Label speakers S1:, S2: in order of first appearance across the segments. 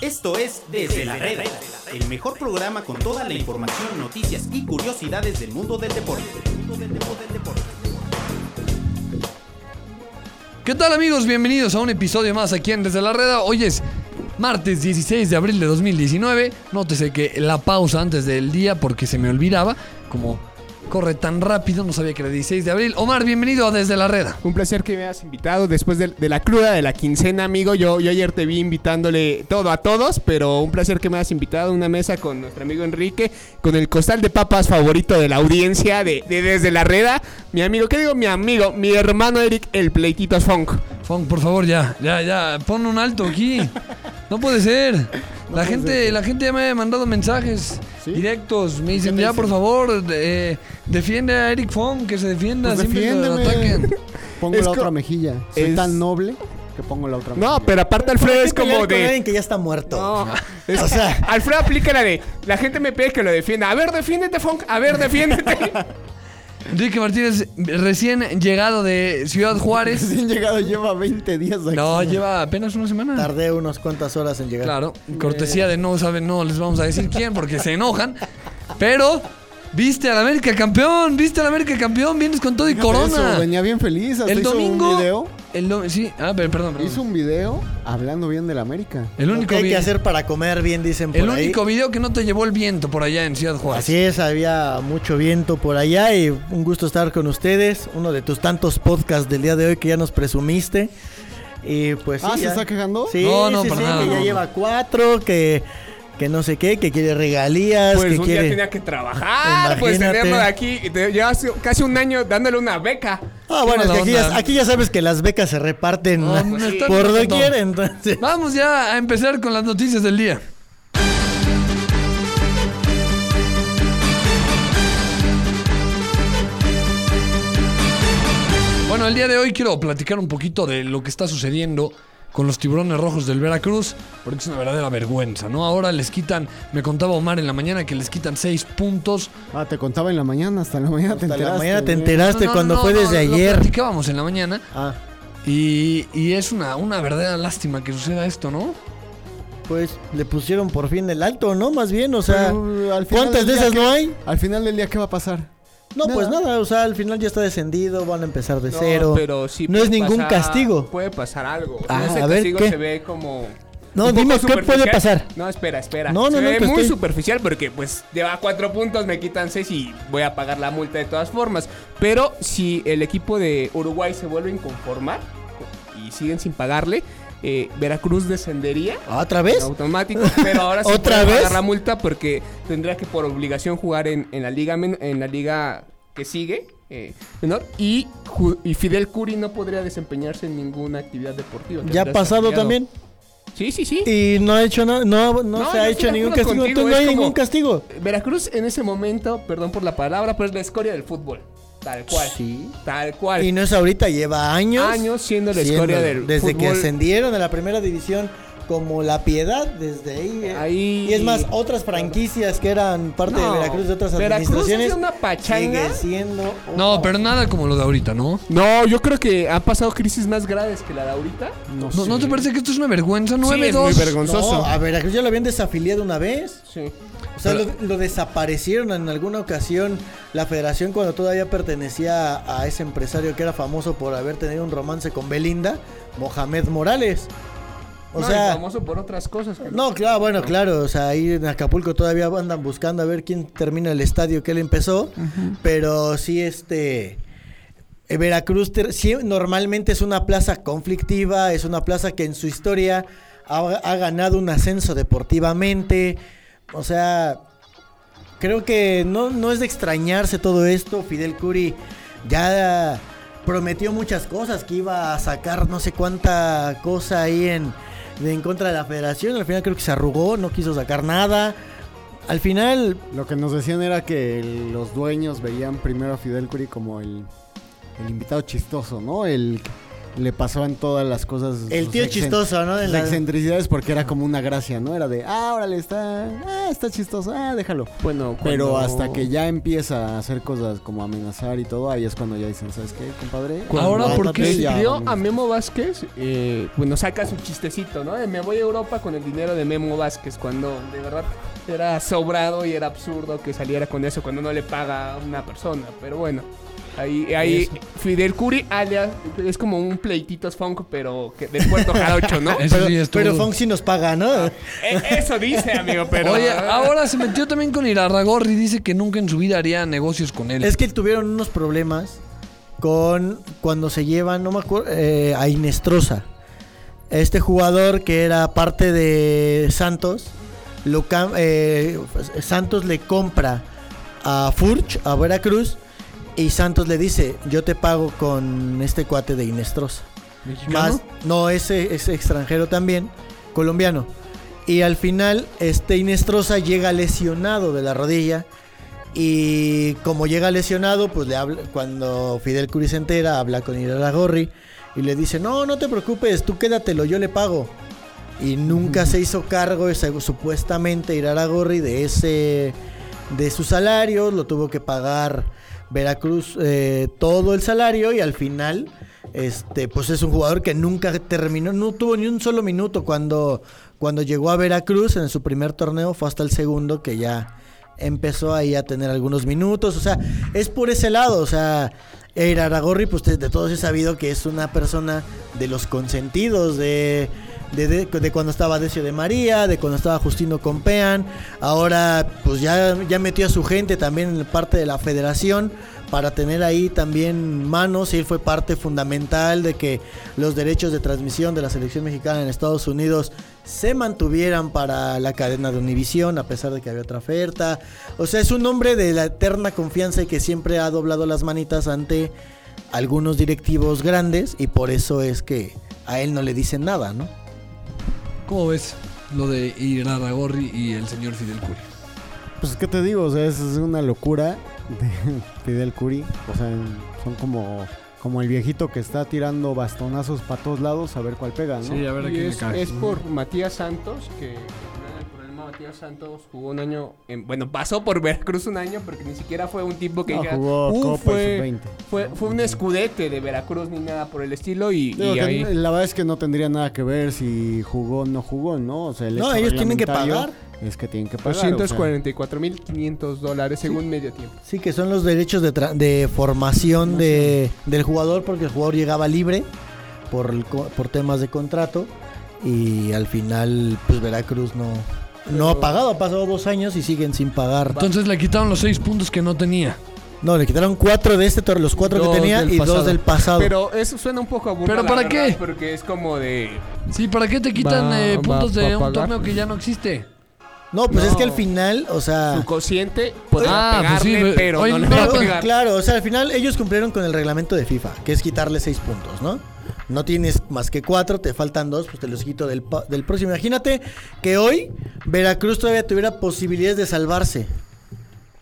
S1: Esto es Desde la Reda, el mejor programa con toda la información, noticias y curiosidades del mundo del deporte.
S2: ¿Qué tal amigos? Bienvenidos a un episodio más aquí en Desde la Reda. Hoy es martes 16 de abril de 2019. Nótese que la pausa antes del día porque se me olvidaba. Como corre tan rápido, no sabía que era 16 de abril. Omar, bienvenido a Desde la Reda.
S3: Un placer que me hayas invitado después de, de la cruda de la quincena, amigo. Yo, yo ayer te vi invitándole todo a todos, pero un placer que me hayas invitado a una mesa con nuestro amigo Enrique, con el costal de papas favorito de la audiencia de, de Desde la Reda. Mi amigo, ¿qué digo? Mi amigo, mi hermano Eric, el pleititos funk.
S2: Fong, por favor, ya, ya, ya, pon un alto aquí. No puede ser. La gente, la gente ya me ha mandado mensajes
S3: ¿Sí?
S2: directos. Me dicen,
S3: te
S2: ya,
S3: dicen?
S2: por favor, de- eh, defiende a Eric Fong, que se defienda,
S4: Pues
S2: siempre lo
S4: defiéndeme.
S2: ataquen.
S4: Pongo
S3: Es
S4: la
S3: co-
S4: otra mejilla. Soy
S3: es-
S4: tan noble que pongo la otra mejilla.
S3: No, pero aparte Alfredo es
S5: pelear
S3: como
S5: con
S3: de...
S5: alguien que ya está muerto.
S3: No, es-
S5: O sea-
S3: Alfredo aplica la de... La gente me pide que lo defienda. A ver, defiéndete, Funk. A ver, defiéndete.
S2: Enrique Martínez, recién llegado de Ciudad Juárez.
S4: Recién llegado lleva 20 días aquí.
S2: No, lleva apenas una semana.
S5: Tardé unas cuantas horas en llegar.
S2: Claro, cortesía de no saben, no les vamos a decir quién porque se enojan. Pero, viste a la América campeón, viste a la América campeón, vienes con todo y
S4: Fíjate eso,
S2: corona.
S4: venía bien feliz. Hasta
S2: el
S4: hizo
S2: domingo.
S4: Un video,
S2: El do- sí, ah, pero perdón, perdón.
S4: hizo un video hablando bien de la América.
S2: el
S5: Lo
S2: único,
S5: que hay
S2: vi-
S5: que hacer para comer bien, dicen por
S2: el
S5: ahí.
S2: único pues. video que no te llevó el viento por allá en Ciudad Juárez.
S5: Así es, había mucho viento por allá y un gusto estar con ustedes. Uno de tus tantos podcasts del día de hoy que ya nos presumiste. Y pues
S4: Ah,
S5: sí,
S4: ¿se
S5: ya-
S4: está quejando?
S5: Sí,
S2: No,
S5: no,
S2: no,
S5: sí,
S2: para
S5: sí,
S2: nada,
S5: que
S2: no,
S5: ya
S2: no.
S5: lleva cuatro, que, que no sé qué, que quiere regalías,
S3: Pues
S5: que
S3: un
S5: quiere...
S3: día tenía que trabajar, pues
S5: Imagínate.
S3: tenerlo de aquí. y te- Llevas casi un año dándole una beca.
S5: Ah, bueno,
S2: Qué mala
S5: es que aquí ya,
S2: onda. Ah, pues,
S5: aquí ya sabes que las becas se reparten
S2: No, me están
S5: por
S2: matando.
S5: doquier, entonces...
S2: Vamos ya a empezar con las noticias del día. Bueno, el día de hoy quiero platicar un poquito de lo que está sucediendo con los tiburones rojos del Veracruz, porque es una verdadera vergüenza, ¿no? Ahora les quitan, me contaba Omar en la mañana que les quitan seis puntos.
S4: Ah, te contaba en la mañana, hasta la mañana te
S5: Hasta la
S4: enteraste.
S5: mañana te
S4: güey.
S5: enteraste
S2: No, no,
S5: Este cuando
S2: no,
S5: fue
S2: no,
S5: desde
S2: lo
S5: ayer.
S2: platicábamos en la mañana
S5: Ah,
S2: y, y es una, una verdadera lástima que suceda esto, ¿no?
S5: pues le pusieron por fin el alto, ¿no? Más bien, o sea,
S4: Pero, uh, al final del
S5: ¿cuántas de
S4: día
S5: esas
S4: que-
S5: no hay?
S4: Al final del día, ¿qué va a pasar?
S5: No,
S4: Nada.
S5: pues nada, o sea, al final ya está descendido, van a empezar de
S3: No,
S5: cero.
S3: pero sí
S5: no es
S3: puede
S5: ningún
S3: pasar-
S5: castigo.
S3: Puede pasar algo. O sea,
S5: Ah,
S3: ese
S5: a ver,
S3: castigo
S5: ¿qué?
S3: se ve como.
S5: No,
S3: un poco
S5: dime, ¿qué puede
S3: superficial.
S5: pasar?
S3: No, espera, espera.
S5: No, no,
S3: se
S5: no, pues
S3: ve
S5: te
S3: muy
S5: estoy-
S3: superficial porque, pues, lleva cuatro puntos, me quitan seis y voy a pagar la multa de todas formas. Pero si el equipo de Uruguay se vuelve a inconformar y siguen sin pagarle, eh, Veracruz descendería.
S5: Ah, ¿Otra vez?
S3: Automático, pero ahora sí
S5: ¿Otra
S3: puede
S5: vez?
S3: pagar la multa porque tendría que por obligación jugar en, en la liga men- en la liga que sigue eh, menor y, ju- y Fidel Curi no podría desempeñarse en ninguna actividad deportiva.
S5: Ya ha
S3: Tendría
S5: pasado
S3: afiliado.
S5: también.
S3: Sí, sí, sí.
S5: Y no ha hecho nada, no, no,
S3: No,
S5: se
S3: yo
S5: ha
S3: estoy
S5: hecho
S3: de
S5: ningún
S3: acuerdo
S5: castigo.
S3: contigo,
S5: Entonces
S3: es
S5: no hay
S3: como-
S5: ningún castigo.
S3: Veracruz en ese momento, perdón por la palabra, pero es la escoria del fútbol. Tal cual.
S5: Sí.
S3: Tal cual.
S5: Y no es ahorita, lleva años.
S3: Años siendo la escoria del
S5: Desde que
S3: fútbol.
S5: ascendieron a la primera división como La Piedad, desde ahí. eh.
S3: Ahí-
S5: Y es más, otras franquicias que eran parte
S3: No,
S5: de Veracruz de otras
S3: Veracruz
S5: administraciones.
S3: es una pachanga.
S5: Sigue siendo.
S2: No, pero nada como lo de ahorita, ¿no?
S3: No, yo creo que ha pasado crisis más graves que la de ahorita.
S4: No,
S2: ¿No,
S4: sé.
S2: no te parece que esto es una vergüenza? 9-2.
S3: Sí, es muy vergonzoso.
S5: No, a Veracruz ya lo habían desafiliado una vez.
S3: Sí.
S5: O sea, lo, lo desaparecieron en alguna ocasión la federación cuando todavía pertenecía a, a ese empresario que era famoso por haber tenido un romance con Belinda, Mohamed Morales. O
S3: No, y
S5: sea,
S3: famoso por otras cosas. que-
S5: No, claro, bueno, claro. O sea, ahí en Acapulco todavía andan buscando a ver quién termina el estadio que él empezó. Pero sí, este. eh, Veracruz ter- sí, normalmente es una plaza conflictiva, es una plaza que en su historia ha, ha ganado un ascenso deportivamente. O sea, creo que no, no es de extrañarse todo esto. Fidel Curi ya prometió muchas cosas, que iba a sacar no sé cuánta cosa ahí en, de en contra de la federación. Al final creo que se arrugó, no quiso sacar nada. Al final,
S4: Lo que nos decían era que el- los dueños veían primero a Fidel Curi como el, el invitado chistoso, ¿no? El, le pasaban todas las cosas.
S6: Pues
S5: El
S4: sus
S5: tío
S4: excen-
S5: chistoso, ¿no? En
S4: sus
S5: la-
S4: excentricidades porque era como una gracia, ¿no? Era de, ah, órale, está, ah, está chistoso, ah, déjalo.
S3: Bueno,
S4: Pero
S3: cuando-
S4: hasta que ya empieza a hacer cosas como amenazar y todo, ahí es cuando ya dicen, ¿sabes qué, compadre?
S2: Cuando Ahora,
S4: Mátate
S2: ¿por qué
S4: y ya,
S3: despidió
S4: vámonos".
S3: a Memo Vázquez, eh, bueno, saca su chistecito, ¿no? De me voy a Europa con el dinero de Memo Vázquez, cuando de verdad era sobrado y era absurdo que saliera con eso cuando no le paga a una persona, pero bueno. Ahí, ahí Fidel Curi alias, es como un pleititos funk, pero que de Puerto Jarocho, ¿no?
S2: Eso sí estuvo- Ah,
S5: Pero Fonsi nos paga, ¿no?
S3: Eh, eso dice, amigo, pero... ah,
S2: Oye, ahora se metió también con Irarragorri. Dice que nunca en su vida haría negocios con él.
S5: Es que tuvieron unos problemas con cuando se llevan, no me acuerdo, eh, a Inestrosa. Este jugador que era parte de Santos, lo cam- eh, Santos le compra a Furch, a Veracruz, y Santos le dice, yo te pago con este cuate de Inestrosa. Más, no, ese es extranjero también, colombiano. Y al final, este Inestrosa llega lesionado de la rodilla. Y como llega lesionado, pues le habla, cuando Fidel Curi se entera, habla con Iraragorri y le dice, no, no te preocupes, tú quédatelo, yo le pago. Y nunca se hizo cargo, ese- supuestamente, Iraragorri de ese, de su salario, lo tuvo que pagar Veracruz eh, todo el salario y al final, este, pues es un jugador que nunca terminó, no tuvo ni un solo minuto cuando, cuando llegó a Veracruz en su primer torneo, fue hasta el segundo que ya empezó ahí a tener algunos minutos, o sea, es por ese lado, o sea, el Aragorri, pues de de todos he sabido que es una persona de los consentidos, de, de, de- de cuando estaba Decio de María, de cuando estaba Justino Compean, ahora pues ya, ya metió a su gente también en parte de la federación para tener ahí también manos, y él fue parte fundamental de que los derechos de transmisión de la selección mexicana en Estados Unidos se mantuvieran para la cadena de Univisión, a pesar de que había otra oferta. O sea, es un hombre de la eterna confianza y que siempre ha doblado las manitas ante algunos directivos grandes y por eso es que a él no le dicen nada, ¿no?
S2: ¿Cómo ves lo de Irarragorri y el señor Fidel Curi?
S4: Pues, ¿qué te digo? O sea, es es una locura de Fidel Curi. O sea, son como, como el viejito que está tirando bastonazos para todos lados a ver cuál pega, ¿no?
S2: a ver
S3: Y es, es por Matías Santos, que el problema Matías Santos jugó un año, en- bueno, pasó por Veracruz un año porque ni siquiera fue un tipo que
S4: No,
S3: dijeras,
S4: jugó
S3: "Uh,
S4: Copa y
S3: fue,
S4: Sub-20".
S3: fue, fue un escudete de Veracruz ni nada por el estilo y,
S4: Digo
S3: y
S4: que
S3: ahí...
S4: La verdad es que no tendría nada que ver si jugó o no jugó, ¿no? O sea, el
S5: No,
S4: hecho
S5: ellos tienen que
S4: reglamentario Es que tienen que pagar. o sea,
S3: 244.500 dólares según medio tiempo.
S5: Sí, que son los derechos de, tra- de formación de, del jugador, porque el jugador llegaba libre por, el co- por temas de contrato y al final, pues Veracruz no, no ha pagado, ha pasado dos años y siguen sin pagar.
S2: Entonces le quitaron los seis puntos que no tenía.
S5: No, le quitaron cuatro de este torneo, los cuatro
S2: Dos
S5: que tenía
S2: del
S5: y
S2: pasado.
S5: dos del pasado.
S3: Pero eso suena un poco aburrido.
S2: ¿Pero para qué?
S3: Porque es como de...
S2: Sí, ¿para qué te quitan
S3: Va-
S2: eh,
S3: va-
S2: puntos
S3: va
S2: de
S3: a
S2: un
S3: pagar.
S2: torneo que ya no existe?
S5: no, pues
S3: No.
S5: es que al final, o sea,
S4: Ah.
S3: Su cociente podrá
S2: Ah, pues sí,
S3: pegarle,
S2: pero-
S3: pero
S2: oye,
S3: no le
S2: pero-
S3: va a
S5: Pero,
S3: pegar.
S5: claro, o sea, al final ellos cumplieron con el reglamento de FIFA, que es quitarle seis puntos, ¿no? No tienes más que cuatro, te faltan dos, pues te los quito del, pa- del próximo. Imagínate que hoy Veracruz todavía tuviera posibilidades de salvarse.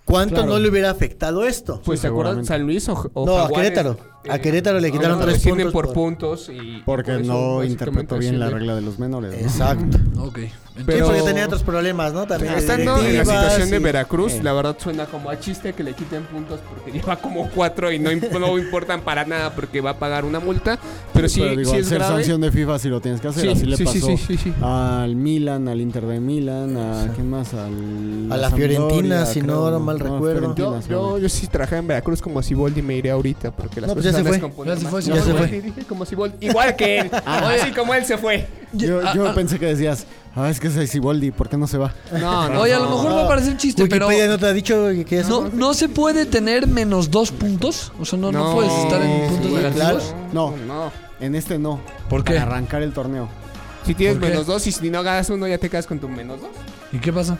S5: ¿Cuánto no le hubiera afectado esto?
S3: Pues se acuerdan San Luis o, o
S5: No, a
S3: Jaguares?
S5: Querétaro. A Querétaro le
S3: no,
S5: quitaron
S3: no,
S5: tres
S3: defienden
S5: puntos
S3: por,
S5: por-
S3: puntos y
S4: Porque
S3: por eso,
S4: no
S3: básicamente, ¿eh?
S4: interpretó bien
S3: así
S4: la
S3: de-
S4: regla de los menores. ¿no?
S5: Exacto.
S2: Ok.
S5: Sí,
S3: Pero-
S5: porque tenía otros problemas, ¿no? También.
S3: Estando en la
S5: directivas
S3: situación de
S5: y-
S3: Veracruz, la verdad suena como a chiste que le quiten puntos porque lleva como cuatro y no, imp- no importan para nada porque va a pagar una multa. Pero sí,
S4: Pero digo,
S3: sí
S4: al
S3: es
S4: ser
S3: grave.
S4: sanción de FIFA si lo tienes que hacer.
S3: Sí,
S4: Así le
S3: sí, sí,
S4: pasó
S3: sí, sí, sí.
S4: al Milan, al Inter de Milan, a ¿qué más? Al,
S5: A la
S4: Sampdoria,
S5: Fiorentina, si no
S4: creo,
S5: mal recuerdo.
S4: Fiorentina,
S3: Yo, yo, yo sí trabajaba en Veracruz como si Boldi me iré ahorita porque las
S5: No, pues ya
S3: cosas
S5: se
S3: han
S5: fue.
S3: descompuesto
S2: Ya se
S3: más.
S2: fue,
S5: ya se fue.
S3: sí, dije como si Boldi- igual que él, así como él se fue.
S4: Yo,
S2: Ah,
S4: yo
S2: ah,
S4: pensé que decías, ah, es que es Siboldi, ¿por qué no se va?
S3: No,
S2: Oye, a lo mejor va a parecer un chiste, pero...
S5: Wikipedia no te ha dicho que, que eso.
S2: No, no se puede tener menos dos puntos. O sea, no, no puedes estar en puntos
S4: sí,
S2: negativos.
S4: No,
S3: No.
S4: en este no.
S2: ¿Por qué?
S4: Para arrancar el torneo.
S3: Si tienes
S2: ¿Por qué?
S3: menos dos y si no ganas uno ya te quedas con tu menos dos.
S2: ¿Y qué pasa?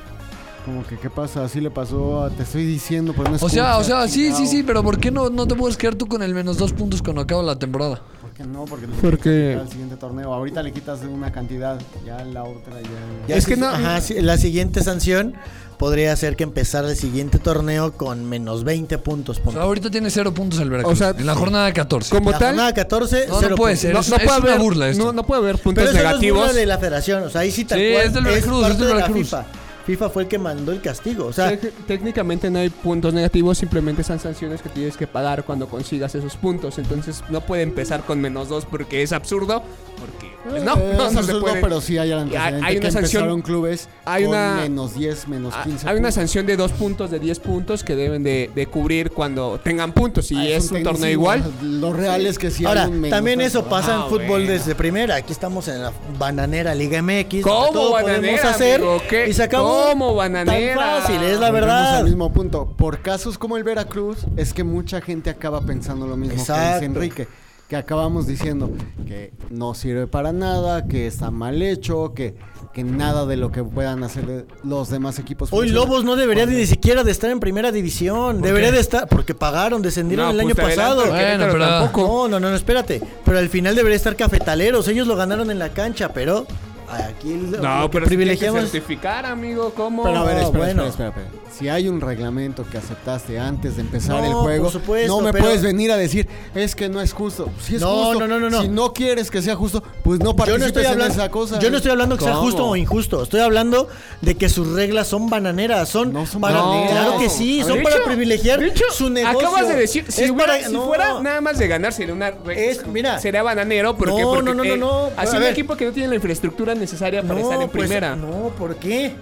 S4: Como que, ¿qué pasa? Así le pasó, a- te estoy diciendo, pero no es
S2: O sea, o sea, sí, sí, sí, pero ¿por qué no, no te puedes quedar tú con el menos dos puntos cuando acaba la temporada?
S6: qué no? Porque
S3: Porque-
S6: al siguiente torneo. Ahorita le quitas una cantidad, ya la otra ya.
S5: Ya
S3: Es
S5: si-
S3: que no-
S5: ajá, si- la siguiente sanción podría ser que empezar el siguiente torneo con menos 20 puntos.
S2: O sea,
S5: punto.
S2: ahorita tiene cero puntos el Veracruz.
S3: O sea,
S2: en la jornada 14.
S3: Como
S5: la
S3: tal,
S5: jornada 14,
S2: No, no
S5: cero
S2: puede
S5: puntos.
S2: ser. Es- es una burla esto.
S3: No, no puede haber puntos
S5: Pero eso no es burla
S3: negativos.
S5: de la federación, o sea, ahí sí tal
S2: Sí,
S5: cual,
S2: es del Veracruz,
S5: parte
S2: es del
S5: de la
S2: Veracruz.
S5: FIFA. FIFA fue el que mandó el castigo, o sea,
S3: Tec- técnicamente no hay puntos negativos, simplemente son sanciones que tienes que pagar cuando consigas esos puntos. Entonces no puede empezar con menos dos porque es absurdo. Porque pues, no,
S6: Eh,
S3: no,
S6: es
S3: no se
S6: absurdo,
S3: puede.
S6: pero sí hay el
S3: Hay-
S6: antecedente
S3: hay una
S6: que
S3: sanción.
S6: empezaron clubes
S3: Hay
S6: con
S3: una-
S6: menos 10, menos
S3: Ah,
S6: 15
S3: Hay una
S6: puntos.
S3: sanción de dos puntos, de 10 puntos que deben de, de cubrir cuando tengan puntos. Y
S6: Ah,
S3: es un torneo
S6: tecnicismo.
S3: igual.
S6: Lo real es que sí hay
S5: ahora
S6: un menos
S5: también
S6: dos,
S5: eso
S6: ¿no?
S5: pasa
S3: Ah,
S5: en fútbol
S3: bueno.
S5: desde primera. Aquí estamos en la bananera Liga MX, donde
S3: ¿Cómo
S5: todo podemos
S3: bananera,
S5: hacer
S3: amigo? ¿Qué?
S5: y se acabó.
S3: ¿Cómo bananera?
S5: Tan fácil, es la
S6: Volvemos
S5: verdad.
S6: al mismo punto. Por casos como el Veracruz, es que mucha gente acaba pensando lo mismo que
S5: Exacto.
S6: dice Enrique. Que acabamos diciendo que no sirve para nada, que está mal hecho, que, que nada de lo que puedan hacer los demás equipos.
S5: Hoy
S6: funciona.
S5: Lobos no debería ni siquiera de estar en primera división, debería de estar porque pagaron, descendieron
S3: No,
S5: el
S3: pues
S5: año
S3: te adelanto,
S5: pasado.
S3: el
S2: Bueno,
S3: Querétaro
S2: pero-
S3: tampoco.
S5: No, no, no, no, espérate. Pero al final debería estar Cafetaleros. Ellos lo ganaron en la cancha, pero aquí lo- lo
S3: No,
S5: que
S3: pero privilegiamos.
S5: privilegiamos.
S3: que certificar, amigo, ¿cómo?
S6: Pero a ver,
S5: No,
S6: espera,
S5: bueno.
S6: espera, espera, espera. Si hay un reglamento que aceptaste antes de empezar
S5: No,
S6: el juego,
S5: por supuesto,
S6: no me
S5: pero-
S6: puedes venir a decir, es que no es justo. Si es
S5: No,
S6: justo,
S5: no, no, no, no.
S6: si no quieres que sea justo, pues no
S5: yo
S6: participes
S5: no estoy hablando
S6: en esa cosa.
S5: Yo no estoy hablando que sea
S6: ¿Cómo?
S5: justo o injusto. Estoy hablando de que sus reglas son bananeras, son
S6: No son
S5: para-
S6: bananeras.
S5: Claro que sí,
S3: De
S5: son
S3: hecho-
S5: para privilegiar
S3: de hecho,
S5: su negocio.
S3: Acabas de decir, si,
S5: Es
S3: hubiera-
S5: para-
S3: si
S5: no.
S3: fuera nada más de ganar, sería una. re-
S5: Es- mira.
S3: sería bananero. Porque,
S5: No,
S3: porque,
S5: no, no, no,
S3: eh,
S5: no.
S3: Así
S5: A
S3: un
S5: ver.
S3: equipo que no tiene la infraestructura necesaria para estar en
S5: pues,
S3: primera. Pues,
S5: no, ¿por qué?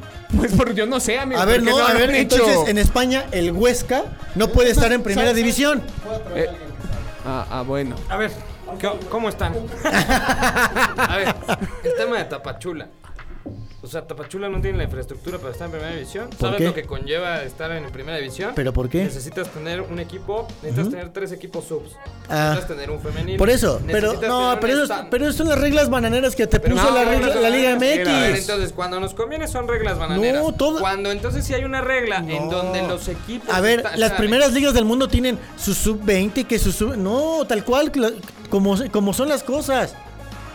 S3: por- yo no sé, amigo.
S5: A ver,
S3: porque
S5: no, a
S3: lo
S5: ver,
S3: han
S5: entonces
S3: hecho.
S5: en España el Huesca no puede estar en primera división.
S3: Eh, ah, ah, bueno.
S7: A ver, ¿qué- ¿cómo están? A ver, el tema de Tapachula. O sea, Tapachula no tiene la infraestructura para estar en primera división. ¿Sabes
S5: qué?
S7: lo que conlleva estar en primera división?
S5: ¿Pero por qué?
S7: Necesitas tener un equipo, necesitas tener tres equipos subs.
S5: Ah.
S7: Necesitas tener un femenino.
S5: Por eso, pero
S7: necesitas tener
S5: no,
S7: un
S5: pero eso,
S7: stand.
S5: pero eso son las reglas bananeras que te
S7: Pero
S5: puso
S7: no,
S5: la,
S7: no,
S5: regla-
S7: no,
S5: la
S7: no,
S5: Liga
S7: no, mira, a ver,
S5: MX.
S7: entonces, cuando nos conviene son reglas bananeras.
S5: No, todo-
S7: Cuando entonces sí hay una regla en
S5: No.
S7: donde los equipos.
S5: A ver,
S7: están-
S5: las
S7: saben,
S5: primeras ligas del mundo tienen su sub-20, que su sub... No, tal cual, cla- como, como son las cosas.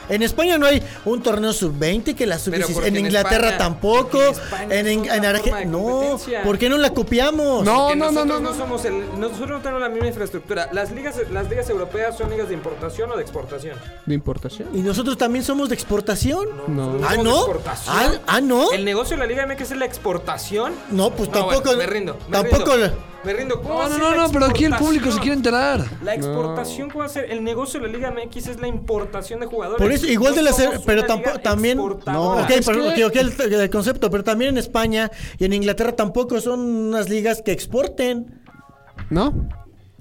S5: En España no hay un torneo sub-20 que la sub
S7: Pero porque
S5: En
S7: en
S5: Inglaterra
S7: España-
S5: tampoco.
S7: porque en España
S5: En,
S7: es
S5: en,
S7: otra
S5: Argentina...
S7: forma de
S5: No,
S7: competencia.
S5: ¿por qué no la copiamos?
S3: No,
S7: que
S3: no, no,
S7: nosotros
S3: no, no.
S7: somos el- nosotros no tenemos la misma infraestructura. Las ligas, las ligas europeas son ligas de importación o de exportación.
S3: ¿De importación?
S5: Y nosotros también somos de exportación.
S3: No.
S5: Ah,
S7: Somos de
S5: ¿no?
S7: exportación.
S5: Ah, ah, ¿no?
S7: El negocio de la Liga MX es la exportación. Ah,
S5: No, pues tampoco...
S7: bueno, me rindo. Me
S5: tampoco...
S7: rindo. Me rindo. ¿Cómo
S2: No,
S7: va a
S2: no,
S7: ser
S2: no,
S7: la
S2: no, pero aquí el público se
S7: exportación?
S2: quiere enterar.
S7: La exportación, ¿cómo va a ser? El negocio de la Liga MX es la importación de jugadores.
S5: Por eso, igual de
S7: No
S5: la
S7: somos
S5: ser-
S7: una
S5: pero
S7: liga
S5: tampoco, también. No,
S7: exportadora.
S5: ok, pero, ok, ok, el, el concepto, pero también en España y en Inglaterra tampoco son unas ligas que exporten.
S3: ¿No?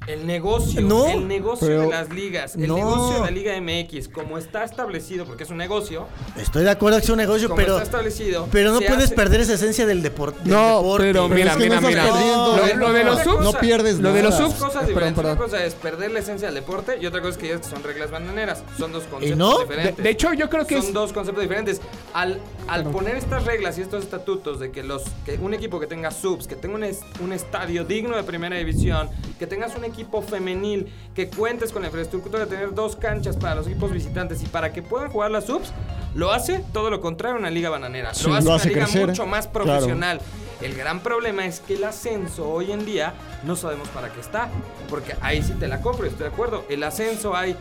S7: El negocio,
S5: No,
S7: el negocio de las ligas, el
S5: no.
S7: negocio de la Liga MX, como está establecido, porque es un negocio,
S5: Estoy de acuerdo que es un negocio,
S7: como
S5: pero.
S7: está establecido.
S5: Pero no
S7: se
S5: puedes
S7: hace-
S5: perder esa esencia del, depor- del
S3: No,
S5: deporte.
S3: pero mira,
S6: es que
S3: mira,
S6: no
S3: mira.
S6: estás perdiendo, ¿eh?
S3: Lo, lo de los
S7: Otra
S3: subs.
S7: cosa,
S6: no pierdes
S3: Lo de los
S6: nada.
S7: Dos
S3: subs.
S7: cosas
S3: Eh,
S7: diferentes.
S3: perdón, perdón.
S7: Una cosa es perder la esencia del deporte y otra cosa es que ya son reglas bananeras. Son dos conceptos
S5: no?
S3: De,
S7: diferentes.
S3: de hecho, yo creo que
S7: son
S3: es.
S7: dos conceptos diferentes. Al, al poner estas reglas y estos estatutos de que los que un equipo que tenga subs, que tenga un, es- un estadio digno de primera división, que tengas un equipo femenil, que cuentes con la infraestructura de tener dos canchas para los equipos visitantes y para que puedan jugar las subs, lo hace todo lo contrario a una liga bananera.
S6: Sí,
S7: lo hace
S6: lo
S7: una
S6: hace
S7: liga
S6: crecer,
S7: mucho más
S6: claro.
S7: profesional. El gran problema es que el ascenso hoy en día no sabemos para qué está. Porque ahí sí te la compro, estoy de acuerdo. El ascenso hay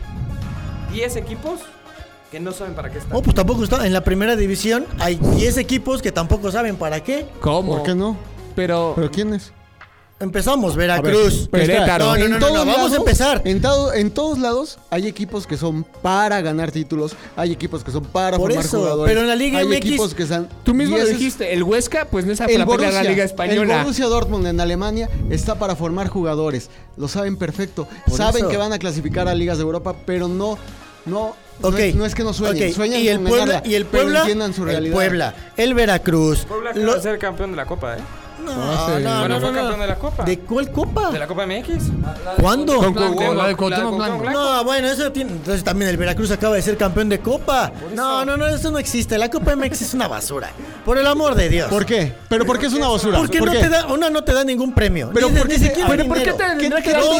S7: 10 equipos que no saben para qué están.
S5: No, pues tampoco está. En la primera división hay 10 equipos que tampoco saben para qué.
S3: ¿Cómo?
S6: ¿Por qué no?
S3: Pero.
S6: ¿Pero quién es?
S5: Empezamos,
S6: A ver,
S5: Veracruz.
S6: pero espera,
S3: Querétaro.
S5: No, no,
S6: en
S5: no, no, no,
S6: todos
S5: vamos a
S6: lados-
S5: empezar.
S6: En, todo- en todos lados hay equipos que son para ganar títulos, hay equipos que son para
S5: Por
S6: formar
S5: eso,
S6: jugadores.
S5: pero en la Liga
S6: hay
S5: MX
S6: equipos que están
S3: Tú mismo
S6: y
S3: lo
S6: ese es-
S3: dijiste, el Huesca, pues no está
S6: El
S3: para pelear
S6: Borussia,
S3: la Liga
S6: el
S3: Española.
S6: Borussia Dortmund en Alemania está para formar jugadores. Lo saben perfecto.
S5: Por
S6: saben
S5: eso.
S6: que van a clasificar a ligas de Europa, pero no, no, no
S5: Ok.
S6: es- no, es que no sueñen.
S5: Ok,
S6: Sueñan
S5: y el
S6: con
S5: Puebla,
S6: ganarla,
S5: y el
S6: pero
S5: Puebla,
S6: entiendan su realidad.
S5: el Puebla, el Veracruz,
S7: Puebla acaba
S5: lo-
S7: de ser campeón de la Copa, ¿eh?
S5: No,
S3: Ah,
S6: este,
S3: sí.
S5: no,
S7: Bueno,
S5: no,
S7: fue
S5: no,
S7: campeón
S5: no.
S7: de la Copa.
S5: ¿De cuál copa?
S7: ¿De la Copa MX?
S5: ¿Cuándo?
S2: Con
S7: Blanco,
S2: Cuauhtémoc, la de Cuauhtémoc
S7: la de
S2: Blanco.
S7: Cuauhtémoc
S5: No, bueno, eso tiene. Entonces también el Veracruz acaba de ser campeón de Copa. No, no, no, eso no existe. La Copa MX es una basura. Por el amor de Dios.
S6: ¿Por qué? ¿Pero por qué es una basura?
S5: Porque no te da, una no te da ningún premio.
S6: Pero
S5: Ni de-
S6: ¿por qué
S5: ni
S6: te-
S5: siquiera
S6: pero por qué
S5: dinero.
S6: te ¿Qué te
S5: No,
S6: tiene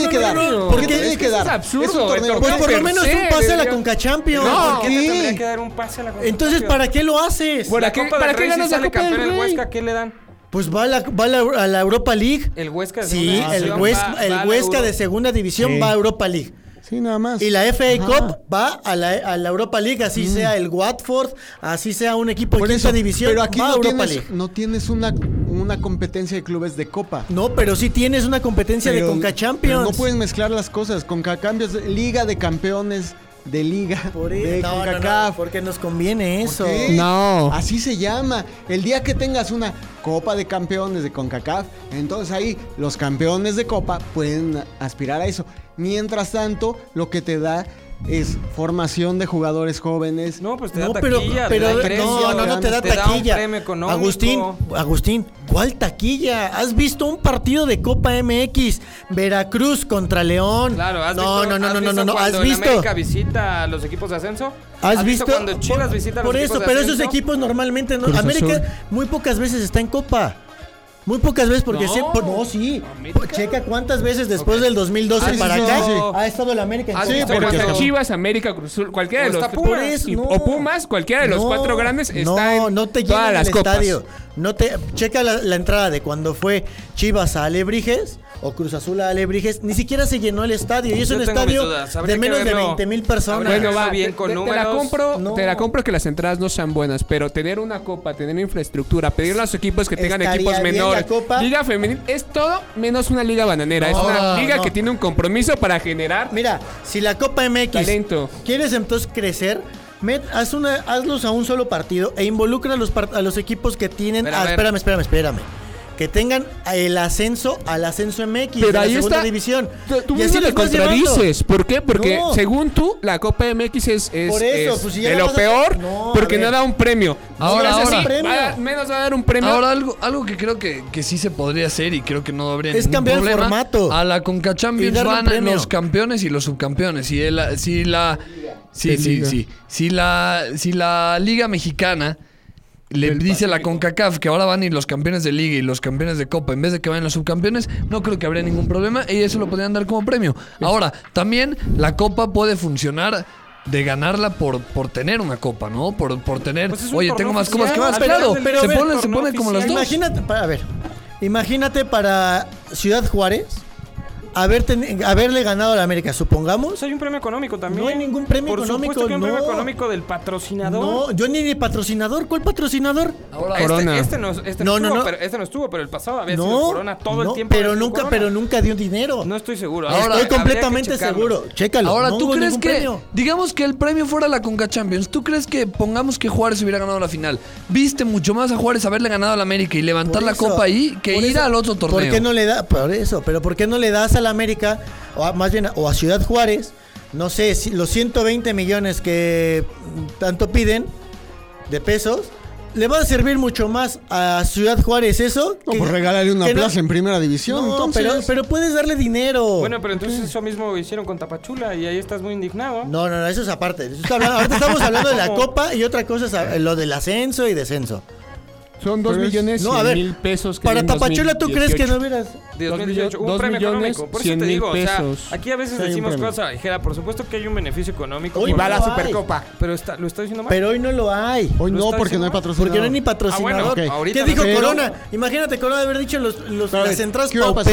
S5: no,
S6: que
S5: no,
S6: dar?
S5: no.
S6: ¿Por qué
S5: Porque-
S6: te tiene que
S7: Es
S6: dar?
S7: absurdo.
S6: Es un
S7: el
S6: torneo.
S5: Pues
S7: torneo
S5: por
S7: per
S5: lo menos
S7: se
S5: un pase a la
S7: debería-
S5: Concachampions.
S7: No, ¿por qué
S6: sí.
S7: te tendría que dar un pase a la Concachampions?
S5: Entonces, ¿para qué lo haces?
S7: ¿Para qué, ¿para qué ganas
S6: la
S7: sale
S6: Copa del
S7: campeón el
S6: Rey?
S7: Huesca? ¿Qué le dan?
S5: Pues va, a la, va a la- a la Europa League.
S7: El Huesca de
S5: Sí,
S7: segunda
S5: el,
S7: división
S5: Huesca,
S7: va-
S5: el
S7: va a la
S5: Huesca
S7: Euro.
S5: de segunda división
S4: Sí.
S5: va a Europa League.
S6: Sí, nada más.
S5: Y la FA
S6: Ajá. Mm.
S5: Cup va a la, a la Europa League, así sea el Watford, así sea un equipo
S6: Por
S5: de quinta
S6: eso,
S5: división,
S6: pero aquí
S5: va a
S6: no
S5: Europa
S6: tienes,
S5: League.
S6: no tienes una, una competencia de clubes de copa.
S5: No, pero sí tienes una competencia
S6: Pero-
S5: de Conca
S6: pero
S5: Champions.
S6: No puedes mezclar las cosas. Conca cambios, de- liga de campeones, de liga,
S5: Por
S6: de
S5: eso. No, no, no,
S6: CONCACAF.
S5: porque nos conviene eso.
S6: ¿Por qué?
S3: No.
S6: Así se llama. El día que tengas una Copa de Campeones de CONCACAF, entonces ahí los campeones de Copa pueden aspirar a eso. Mientras tanto, lo que te da es formación de jugadores jóvenes.
S7: No, pues te
S5: No,
S7: da
S5: pero,
S7: taquilla.
S5: pero-
S7: te da
S5: no,
S7: premio,
S5: no, no te da
S7: un
S5: taquilla.
S7: premio económico.
S5: Agustín, Agustín, ¿cuál taquilla? ¿Has visto un partido de Copa MX? Veracruz contra León.
S7: Claro, has
S5: no, no,
S7: visto,
S5: no,
S7: has
S5: no, no,
S7: visto
S5: no, no,
S7: cuando
S5: has
S7: el
S5: visto.
S7: América visita a los equipos de ascenso.
S5: ¿Has visto?
S7: cuando Chivas
S5: Por-
S7: visita a los
S5: Por
S7: equipos
S5: eso,
S7: de
S5: pero
S7: ascenso?
S5: esos equipos normalmente no.
S6: Cruz
S5: América
S6: Azul.
S5: muy pocas veces está en Copa. Muy pocas veces porque
S7: No.
S5: siempre. No, sí. Pues,
S7: América.
S5: Checa cuántas veces después del 2012
S7: Ah, sí,
S5: para
S7: sí,
S5: acá
S7: sí, sí.
S5: ha estado el América en
S7: Ah, sí,
S5: Copa.
S8: Pero
S7: porque-
S8: hasta Chivas, América, Cruz Azul, cualquiera de
S7: O
S8: los
S7: está
S8: tres-
S7: Pumas.
S5: Por
S8: y-
S5: eso,
S8: o Pumas, cualquiera de los
S5: No,
S8: cuatro grandes está
S5: no,
S8: en
S5: no te
S8: todas
S5: llenan
S8: las
S5: el
S8: copas.
S5: estadio. No te checa la, la entrada de cuando fue Chivas a Alebrijes o Cruz Azul a Alebrijes, ni siquiera se llenó el estadio y es
S7: Yo
S5: un
S7: tengo mis
S5: estadio
S7: dudas, habría
S5: de
S7: que
S5: menos de
S7: verlo.
S5: 20 mil personas.
S7: Habría
S8: Bueno,
S7: Eso
S8: va,
S7: bien
S8: te-
S7: con
S8: te- te, la
S7: números.
S8: compro,
S5: No.
S8: te la compro que las entradas no sean buenas, pero tener una copa, tener infraestructura, pedirle a los equipos que tengan
S5: Estaría
S8: equipos
S5: bien la
S8: menores,
S5: copa.
S8: liga femenil, es todo menos una liga bananera, es
S5: No,
S8: una liga
S5: no.
S8: que tiene un compromiso para generar
S5: Mira, si la Copa MX
S8: Talento.
S5: quieres entonces crecer, met- haz una, hazlos a un solo partido e involucra a los, par- a los equipos que tienen.
S7: Pero, a
S5: ah,
S7: ver.
S5: espérame, espérame, espérame. Que tengan el ascenso al ascenso MX
S8: Pero
S5: de la
S8: ahí
S5: segunda
S8: está-
S5: división.
S8: Tú, tú
S5: Y así
S8: mismo te
S5: los vas llevando.
S8: contradices. ¿Por qué? Porque
S5: No.
S8: según tú, la Copa MX es, es-
S5: Por eso,
S8: es
S5: pues, si ya
S8: de
S5: la
S8: lo
S5: vas a-
S8: peor
S5: No, a
S8: porque
S5: ver.
S8: no da un premio.
S2: Ahora,
S8: Si lo haces
S2: ahora.
S8: así,
S5: Premio.
S8: va a- menos va a dar un premio.
S2: Ahora, algo, algo que creo que, que sí se podría hacer y creo que no habría
S5: Es
S2: ningún
S5: cambiar el
S2: problema.
S5: formato.
S2: A la Conca
S5: Y
S2: Champions
S5: darle un
S2: van
S5: premio.
S2: los campeones y los subcampeones. Si la. Si la. Sí, sí, sí. Si la. Si la Liga Mexicana. Le dice la CONCACAF que ahora van y los campeones de liga y los campeones de copa en vez de que vayan los subcampeones, no creo que habría ningún problema y eso lo podrían dar como premio. Ahora, también la copa puede funcionar de ganarla por, por tener una copa, ¿no? Por, por tener,
S7: Pues es un
S2: oye,
S7: torneo
S2: tengo más copas que
S7: oficial,
S2: más,
S5: pero-
S2: claro,
S5: pero
S2: se
S5: ve,
S2: pone, se
S7: torneo
S2: pone como las
S7: oficial.
S2: dos.
S5: Imagínate, pa- a ver, imagínate para Ciudad Juárez haber teni- haberle ganado a la América, supongamos.
S7: Pues hay un premio económico también.
S5: No hay ningún premio
S7: Por
S5: económico,
S7: supuesto que hay un
S5: no.
S7: premio económico del patrocinador.
S5: No, yo ni de patrocinador, ¿cuál patrocinador?
S2: Ahora,
S7: Este-
S3: Corona.
S7: Este, no, este
S5: No,
S7: no,
S5: no,
S7: estuvo,
S5: no.
S7: Pero, este no estuvo, pero el pasado había sido
S5: No,
S7: Corona todo el
S5: no,
S7: tiempo.
S5: pero
S7: había sido
S5: nunca,
S7: Corona.
S5: pero nunca dio dinero.
S7: No estoy seguro.
S2: Ahora-
S7: Habría
S5: Estoy
S7: que
S5: completamente
S7: checarlo.
S5: seguro. Chécalo.
S2: Ahora,
S5: no
S2: ¿tú
S5: hubo
S2: crees
S5: ningún
S2: que,
S5: premio.
S2: digamos que el premio fuera la Conca Champions, ¿tú crees que, pongamos que Juárez hubiera ganado la final, viste mucho más a Juárez haberle ganado a la América y levantar
S5: Por
S2: la
S5: eso,
S2: copa ahí que
S5: por
S2: ir
S5: eso,
S2: al otro torneo?
S5: ¿Por qué no le da? Por eso, pero ¿por qué no le das a la América, o a- más bien, o a Ciudad Juárez, no sé, si- los 120 millones que mm, tanto piden de pesos? Le va a servir mucho más a Ciudad Juárez eso.
S6: No, pues regálale una
S5: que no-
S6: plaza en primera división.
S5: No,
S6: entonces.
S5: pero,
S7: Ah,
S5: pero puedes darle dinero.
S7: Bueno, pero entonces eso mismo hicieron con Tapachula y ahí estás muy indignado.
S5: No, no, no, eso es aparte. Eso está hablando- ahorita estamos hablando de la
S7: ¿Cómo?
S5: copa y otra cosa es ah, lo del ascenso y descenso.
S3: Son dos millones
S5: Pues, No, a
S3: cien
S5: ver,
S3: mil pesos. que
S5: Para
S3: dio en
S5: Tapachula, ¿tú crees que no
S3: 2018.
S5: hubieras
S7: de
S3: Dos
S7: 2018,
S3: millo-
S7: un premio
S3: dos millones,
S7: económico. Por eso
S3: cien
S7: te
S3: mil
S7: digo, o
S3: pesos.
S7: sea, aquí a
S3: Sí,
S7: veces
S3: hay un
S7: decimos
S3: premio.
S7: cosas a la ligera. Por supuesto que hay un beneficio económico.
S5: Hoy
S3: Y
S7: por-
S3: va la
S5: No hay.
S3: Supercopa.
S7: Pero está, lo está diciendo mal.
S5: Pero hoy no lo hay.
S6: Hoy
S7: ¿Lo
S6: no,
S7: está
S6: porque no hay
S7: diciendo?
S6: patrocinador.
S5: Porque no hay ni patrocinador.
S7: Ah, bueno, ok.
S5: ¿Qué
S7: Ahorita
S5: dijo
S7: no.
S5: Corona? Imagínate, Corona haber dicho los, los,
S6: Pero,
S5: las entradas
S6: ¿qué va a pasar?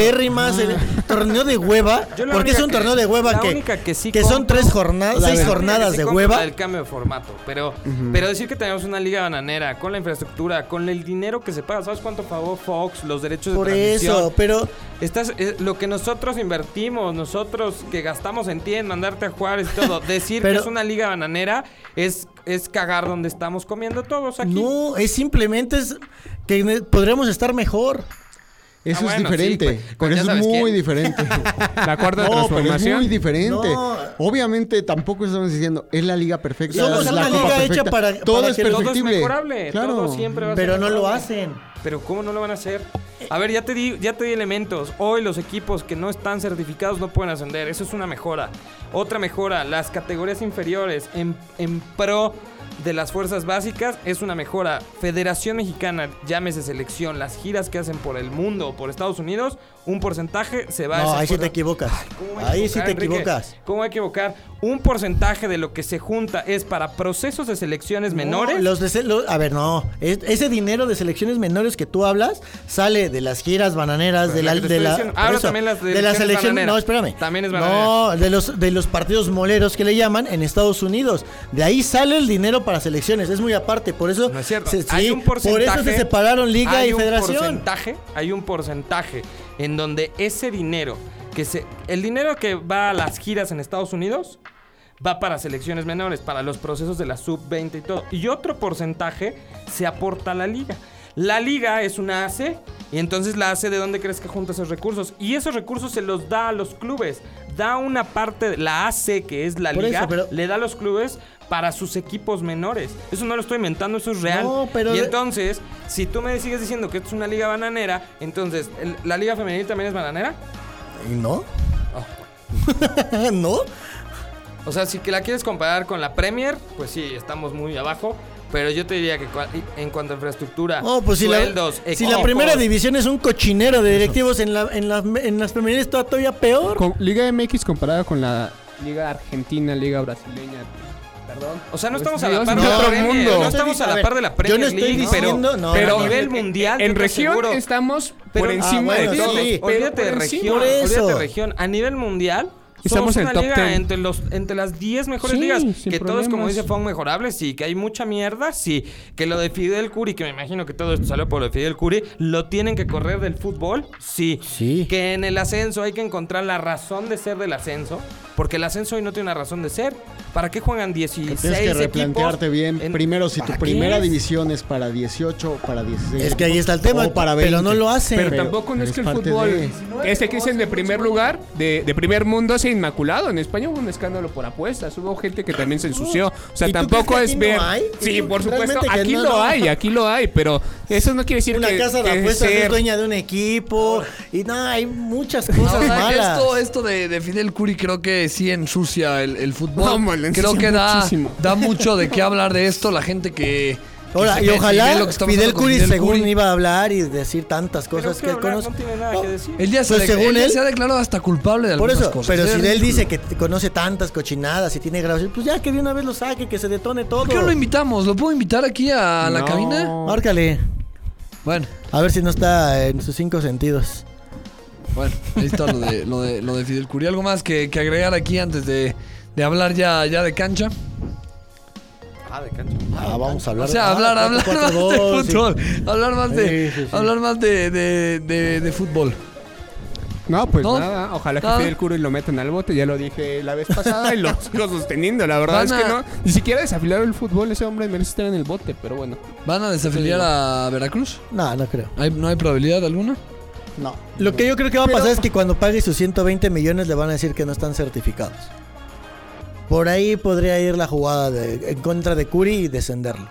S5: paupérrimas, el torneo de hueva.
S7: Yo la
S5: Porque
S7: única
S5: es un
S7: que-
S5: torneo de
S7: la
S5: hueva que,
S7: única que sí
S5: son
S7: compro-
S5: tres jornadas,
S7: La
S5: seis
S7: verdad.
S5: jornadas
S7: Sí,
S5: de
S7: compro
S5: hueva.
S7: la del cambio de formato, pero, pero decir que tenemos una liga bananera con la infraestructura, con el dinero que se paga, ¿sabes cuánto pagó Fox, los derechos
S5: Por
S7: de transmisión?
S5: eso, pero
S7: Estás, eh, lo que nosotros invertimos, nosotros que gastamos en ti, en mandarte a Juárez y todo, decir
S5: Pero-
S7: que es una liga bananera es, es cagar donde estamos comiendo todos aquí.
S5: no, es simplemente es que ne- podríamos estar mejor.
S6: Eso
S7: Ah,
S6: es
S7: bueno,
S6: diferente.
S7: sí, pues,
S6: Con
S7: ya
S6: eso es
S7: sabes
S6: muy
S7: quién.
S6: diferente.
S8: La cuarta
S6: no, pero es
S8: transformación.
S6: muy diferente.
S5: No.
S6: Obviamente tampoco estamos diciendo es la liga perfecta.
S5: Somos
S6: es
S5: una
S6: la
S5: liga
S6: copa
S5: hecha
S6: perfecta.
S5: para-
S6: todo
S5: para
S6: es
S5: que- Todo
S7: Todo es
S6: perfectible.
S7: mejorable,
S6: Claro.
S7: todo siempre va a ser
S5: Pero no lo
S7: mejorable.
S5: hacen.
S7: Pero ¿cómo no lo van a hacer? A ver, ya te, di, ya te di elementos. Hoy los equipos que no están certificados no pueden ascender. Eso es una mejora. Otra mejora, las categorías inferiores en, en pro de las fuerzas básicas es una mejora. Federación Mexicana, llámese selección, las giras que hacen por el mundo o por Estados Unidos, un porcentaje se va a
S5: No,
S7: esas
S5: ahí sí te
S7: fuerzas-
S5: equivocas.
S7: ¿Cómo voy a
S5: Ahí sí
S7: equivocar,
S5: te
S7: Enrique?
S5: equivocas.
S7: ¿Cómo voy a equivocar? Un porcentaje de lo que se junta es para procesos de selecciones menores.
S5: No, los de se- lo- a ver, no. Es- ese dinero de selecciones menores que tú hablas sale de las giras bananeras,
S7: Pero
S5: de
S7: lo
S5: la.
S7: que te
S5: De
S7: estoy
S5: la
S7: diciendo-
S5: por
S7: hablo
S5: eso,
S7: también las de
S5: de las
S7: selecciones
S5: selecciones.
S7: bananeras.
S5: No, espérame.
S7: También es
S5: No, de los, de los partidos moleros que le llaman en Estados Unidos. De ahí sale el dinero para selecciones. Es muy aparte. Por eso.
S7: No es cierto.
S5: se- sí,
S7: hay un
S5: por
S7: porcentaje.
S5: eso se separaron Liga
S7: hay
S5: y
S7: un
S5: Federación.
S7: Porcentaje, hay un porcentaje en donde ese dinero que se. El dinero que va a las giras en Estados Unidos va para selecciones menores, para los procesos de la sub-20 y todo. Y otro porcentaje se aporta a la liga. La liga es una AC y entonces la AC de dónde crees que junta esos recursos. Y esos recursos se los da a los clubes. Da una parte, la AC que es la
S5: Por
S7: liga,
S5: eso, pero-
S7: le da a los clubes para sus equipos menores. Eso no lo estoy inventando, eso es real.
S5: No, pero
S7: y
S5: de-
S7: entonces, si tú me sigues diciendo que esto es una liga bananera, entonces, ¿el- ¿la liga femenil también es bananera?
S5: ¿Y no?
S7: Oh.
S5: ¿No?
S7: O sea, si que la quieres comparar con la Premier, pues sí, estamos muy abajo. Pero yo te diría que cua- en cuanto a infraestructura,
S5: No, pues si,
S7: sueldos,
S5: la, si la
S7: equipos,
S5: primera división es un cochinero de directivos en, la, en, las- en las femeniles está todavía peor.
S3: Con- Liga MX comparada con la Liga Argentina, Liga Brasileña. Perdón.
S7: O
S5: pues
S7: sea, no estamos
S3: Dios,
S7: a la par
S3: no.
S7: de la
S3: Otro
S7: Premier,
S3: mundo.
S7: no
S5: Yo no
S7: estamos
S5: estoy-
S7: a la
S5: ver,
S7: par de la Premier
S5: Yo no estoy
S7: League,
S5: diciendo,
S7: pero,
S5: no,
S7: pero
S5: no,
S7: a
S5: no.
S7: nivel mundial, yo
S3: en
S7: te
S3: región
S7: aseguro-
S3: estamos
S7: Pero-
S3: por
S7: ah,
S3: encima
S5: bueno,
S3: de
S5: sí,
S3: todos.
S5: sí.
S3: pero
S7: Olvídate de
S3: por
S7: región,
S5: Por
S3: encima.
S5: eso.
S7: olvídate de región. A nivel mundial,
S3: Estamos
S7: somos
S3: en
S7: una
S3: el top
S7: liga
S3: 10.
S7: entre los entre las 10 mejores
S3: Sí,
S7: ligas.
S3: sin
S7: Que todos, como
S3: problemas.
S7: dice, fueron mejorables. Sí, que hay mucha mierda. Sí, que lo de Fidel Curi, que me imagino que todo esto salió por lo de Fidel Curi, lo tienen que correr del fútbol. Sí.
S5: Sí.
S7: Que en el ascenso hay que encontrar la razón de ser del ascenso. Porque el ascenso hoy no tiene una razón de ser. ¿Para qué juegan 16
S6: Tienes que
S7: equipos
S6: replantearte bien.
S7: en-
S6: Primero, si tu
S7: ¿Para qué
S6: primera
S7: es?
S6: división es para 18, para 16.
S5: Es que ahí está el tema,
S6: o para
S5: pero
S6: 20.
S5: no lo hacen. Pero
S3: Tampoco no es que el
S6: parte
S3: fútbol
S6: de-
S3: este que es en de primer lugar, de, de primer mundo, sea inmaculado. En España hubo un escándalo por apuestas, hubo gente que también se ensució. O sea,
S5: ¿Y tú
S3: tampoco
S5: crees
S3: es
S5: que aquí no
S3: ver.
S5: hay?
S3: Sí,
S5: Tú-
S3: por supuesto,
S5: realmente que
S3: aquí
S5: no,
S3: lo
S5: no.
S3: hay, aquí lo hay, pero eso no quiere decir
S5: Una
S3: que
S5: casa de
S3: que
S5: apuestas
S3: ser-
S5: es dueña de un equipo. Y no, hay muchas cosas
S2: Ahora,
S5: malas.
S2: esto, esto de, de Fidel Curi creo que sí ensucia el, el fútbol.
S3: No, man, lo ensucia
S2: creo que da,
S3: muchísimo.
S2: da mucho de qué hablar de esto la gente que... que
S5: Ahora,
S2: se-
S5: y
S2: que ve
S5: ojalá
S2: lo que está
S5: Fidel
S2: pasando con
S5: Curi, según
S2: Curi.
S5: iba a hablar y decir tantas
S7: Pero
S5: cosas
S7: qué
S5: que él
S7: hablar,
S5: conoce.
S7: No tiene nada
S5: No,
S7: que decir.
S2: Él ya se,
S5: Pues,
S2: de-
S5: según
S2: él ya
S5: él-
S2: se ha declarado hasta culpable de
S5: Por
S2: algunas
S5: eso,
S2: cosas.
S5: pero
S2: Es
S5: si él
S2: ridículo.
S5: dice que t- conoce tantas cochinadas y tiene grabaciones, pues ya que de una vez lo saque, que se detone todo.
S2: ¿Por qué no lo invitamos? ¿Lo puedo invitar aquí a la
S3: No.
S2: cabina?
S5: Márcale.
S2: Bueno,
S5: A ver si no está en sus cinco sentidos.
S2: bueno, ahí está lo de, lo de, lo de Fidel Curi. ¿Algo más que, que agregar aquí antes de, de hablar ya, ya de cancha?
S7: Ah, de cancha.
S5: Ah, vamos a hablar.
S2: O sea,
S5: ah,
S2: hablar, hablar
S5: cuatro,
S2: más
S5: cuatro,
S2: de
S5: dos, sí.
S2: fútbol. Hablar más de,
S5: Sí, sí, sí.
S2: hablar más de, de, de- de fútbol.
S3: No, pues
S2: No, Ah.
S3: nada, ojalá que
S2: nada.
S3: Fidel Curi lo metan al bote, ya lo dije la vez pasada y lo sigo sosteniendo, la
S2: Van
S3: verdad es que
S2: a-
S3: no, ni siquiera desafilar el fútbol, ese hombre merece estar en el bote, pero bueno.
S2: ¿Van a desafiliar a Veracruz?
S5: No, no creo.
S2: ¿Hay- ¿No hay probabilidad alguna?
S6: No.
S5: Lo que yo creo que va a pasar es que cuando pague sus 120 millones le van a decir que no están certificados. Por ahí podría ir la jugada de- en contra de Curi y descenderlo.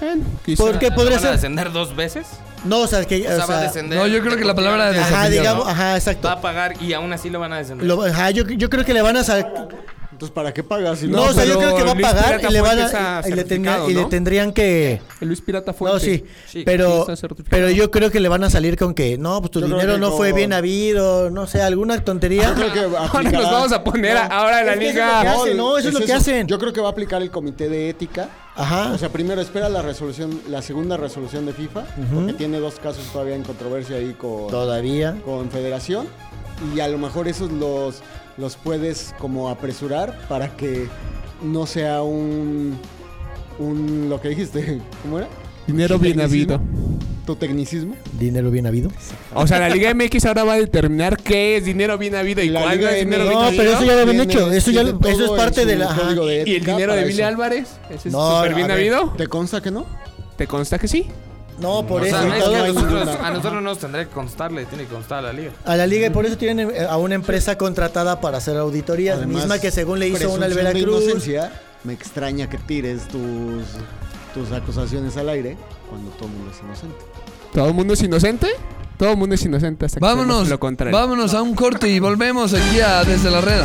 S3: Bueno, quizá.
S5: ¿Por qué
S7: ¿Lo
S5: podría
S7: van a
S5: ser?
S7: descender dos veces?
S5: No, o sea, que.
S7: O sea,
S5: o
S7: va a
S5: sea,
S7: descender.
S2: No, yo creo que la palabra es
S5: ajá,
S2: desafiliar,
S5: digamos,
S2: ¿no?
S5: ajá,
S7: Va
S5: exacto.
S7: a pagar y aún así lo van a descender.
S5: Lo- ajá, yo, yo creo que le van a sacar.
S6: Entonces, ¿para qué pagas? Si
S5: No, o sea, yo
S3: pero
S5: creo que va a
S3: Luis
S5: pagar
S3: Pirata
S5: y le van
S3: Fuentes
S5: a.
S3: ha
S5: Y le, tendría-
S3: certificado,
S5: y le
S3: ¿no?
S5: tendrían que.
S3: El Luis Pirata fue
S5: No, sí.
S3: Sí, sí
S5: pero,
S3: está certificado.
S5: pero yo creo que le van a salir con que no, pues tu
S6: Yo creo
S5: dinero
S6: que
S5: no
S6: con-
S5: fue bien habido, no sé, alguna tontería.
S3: Ahora nos vamos a poner a- ahora la
S5: Es que eso es
S3: liga.
S5: lo que hacen, no, eso es lo que hacen.
S6: Yo creo que va a aplicar el comité de ética.
S5: Ajá.
S6: O sea, primero espera la resolución, la segunda resolución de FIFA, porque tiene dos casos todavía en controversia ahí con,
S5: Todavía.
S6: con Federación. Y a lo mejor esos los, los puedes como apresurar para que no sea un, un lo que dijiste, ¿cómo era?
S3: Dinero
S6: Tu
S3: bien
S6: tecnicismo.
S3: habido.
S6: Tu tecnicismo.
S5: Dinero bien habido.
S3: O sea, la Liga MX ahora va a determinar qué es dinero bien habido y
S6: La
S3: cuál no
S6: Liga
S3: es dinero
S6: MX
S3: bien
S5: No,
S3: habido.
S5: pero eso ya lo habían
S6: Tiene-
S5: hecho. Eso, ya,
S6: tiene
S5: lo- eso es
S6: todo
S5: parte
S6: en
S5: de
S6: su
S5: la. ajá.
S6: código de
S3: ¿Y el
S6: ética
S3: dinero de
S6: para
S3: Billy
S6: eso.
S3: Álvarez? ¿Ese es
S5: No,
S3: súper
S5: a
S3: bien
S5: ver.
S3: habido?
S6: ¿Te consta que no?
S3: ¿Te consta que sí?
S5: No, por
S7: O
S5: eso.
S7: sea, no es
S5: todo
S7: que a
S5: ahí.
S7: nosotros, a nosotros no nos tendría que constarle, tiene que constar a la liga.
S5: A la liga y por eso tienen eh, a una empresa contratada para hacer auditorías,
S6: Además,
S5: misma que según le hizo una al
S6: presunción de
S5: Veracruz.
S6: inocencia, me extraña que tires tus, tus acusaciones al aire cuando todo el mundo es inocente.
S3: ¿Todo el mundo es inocente? Todo el mundo es inocente hasta que se
S2: Vámonos,
S3: demuestre lo contrario.
S2: vámonos a un corte y volvemos aquí a Desde la Reda.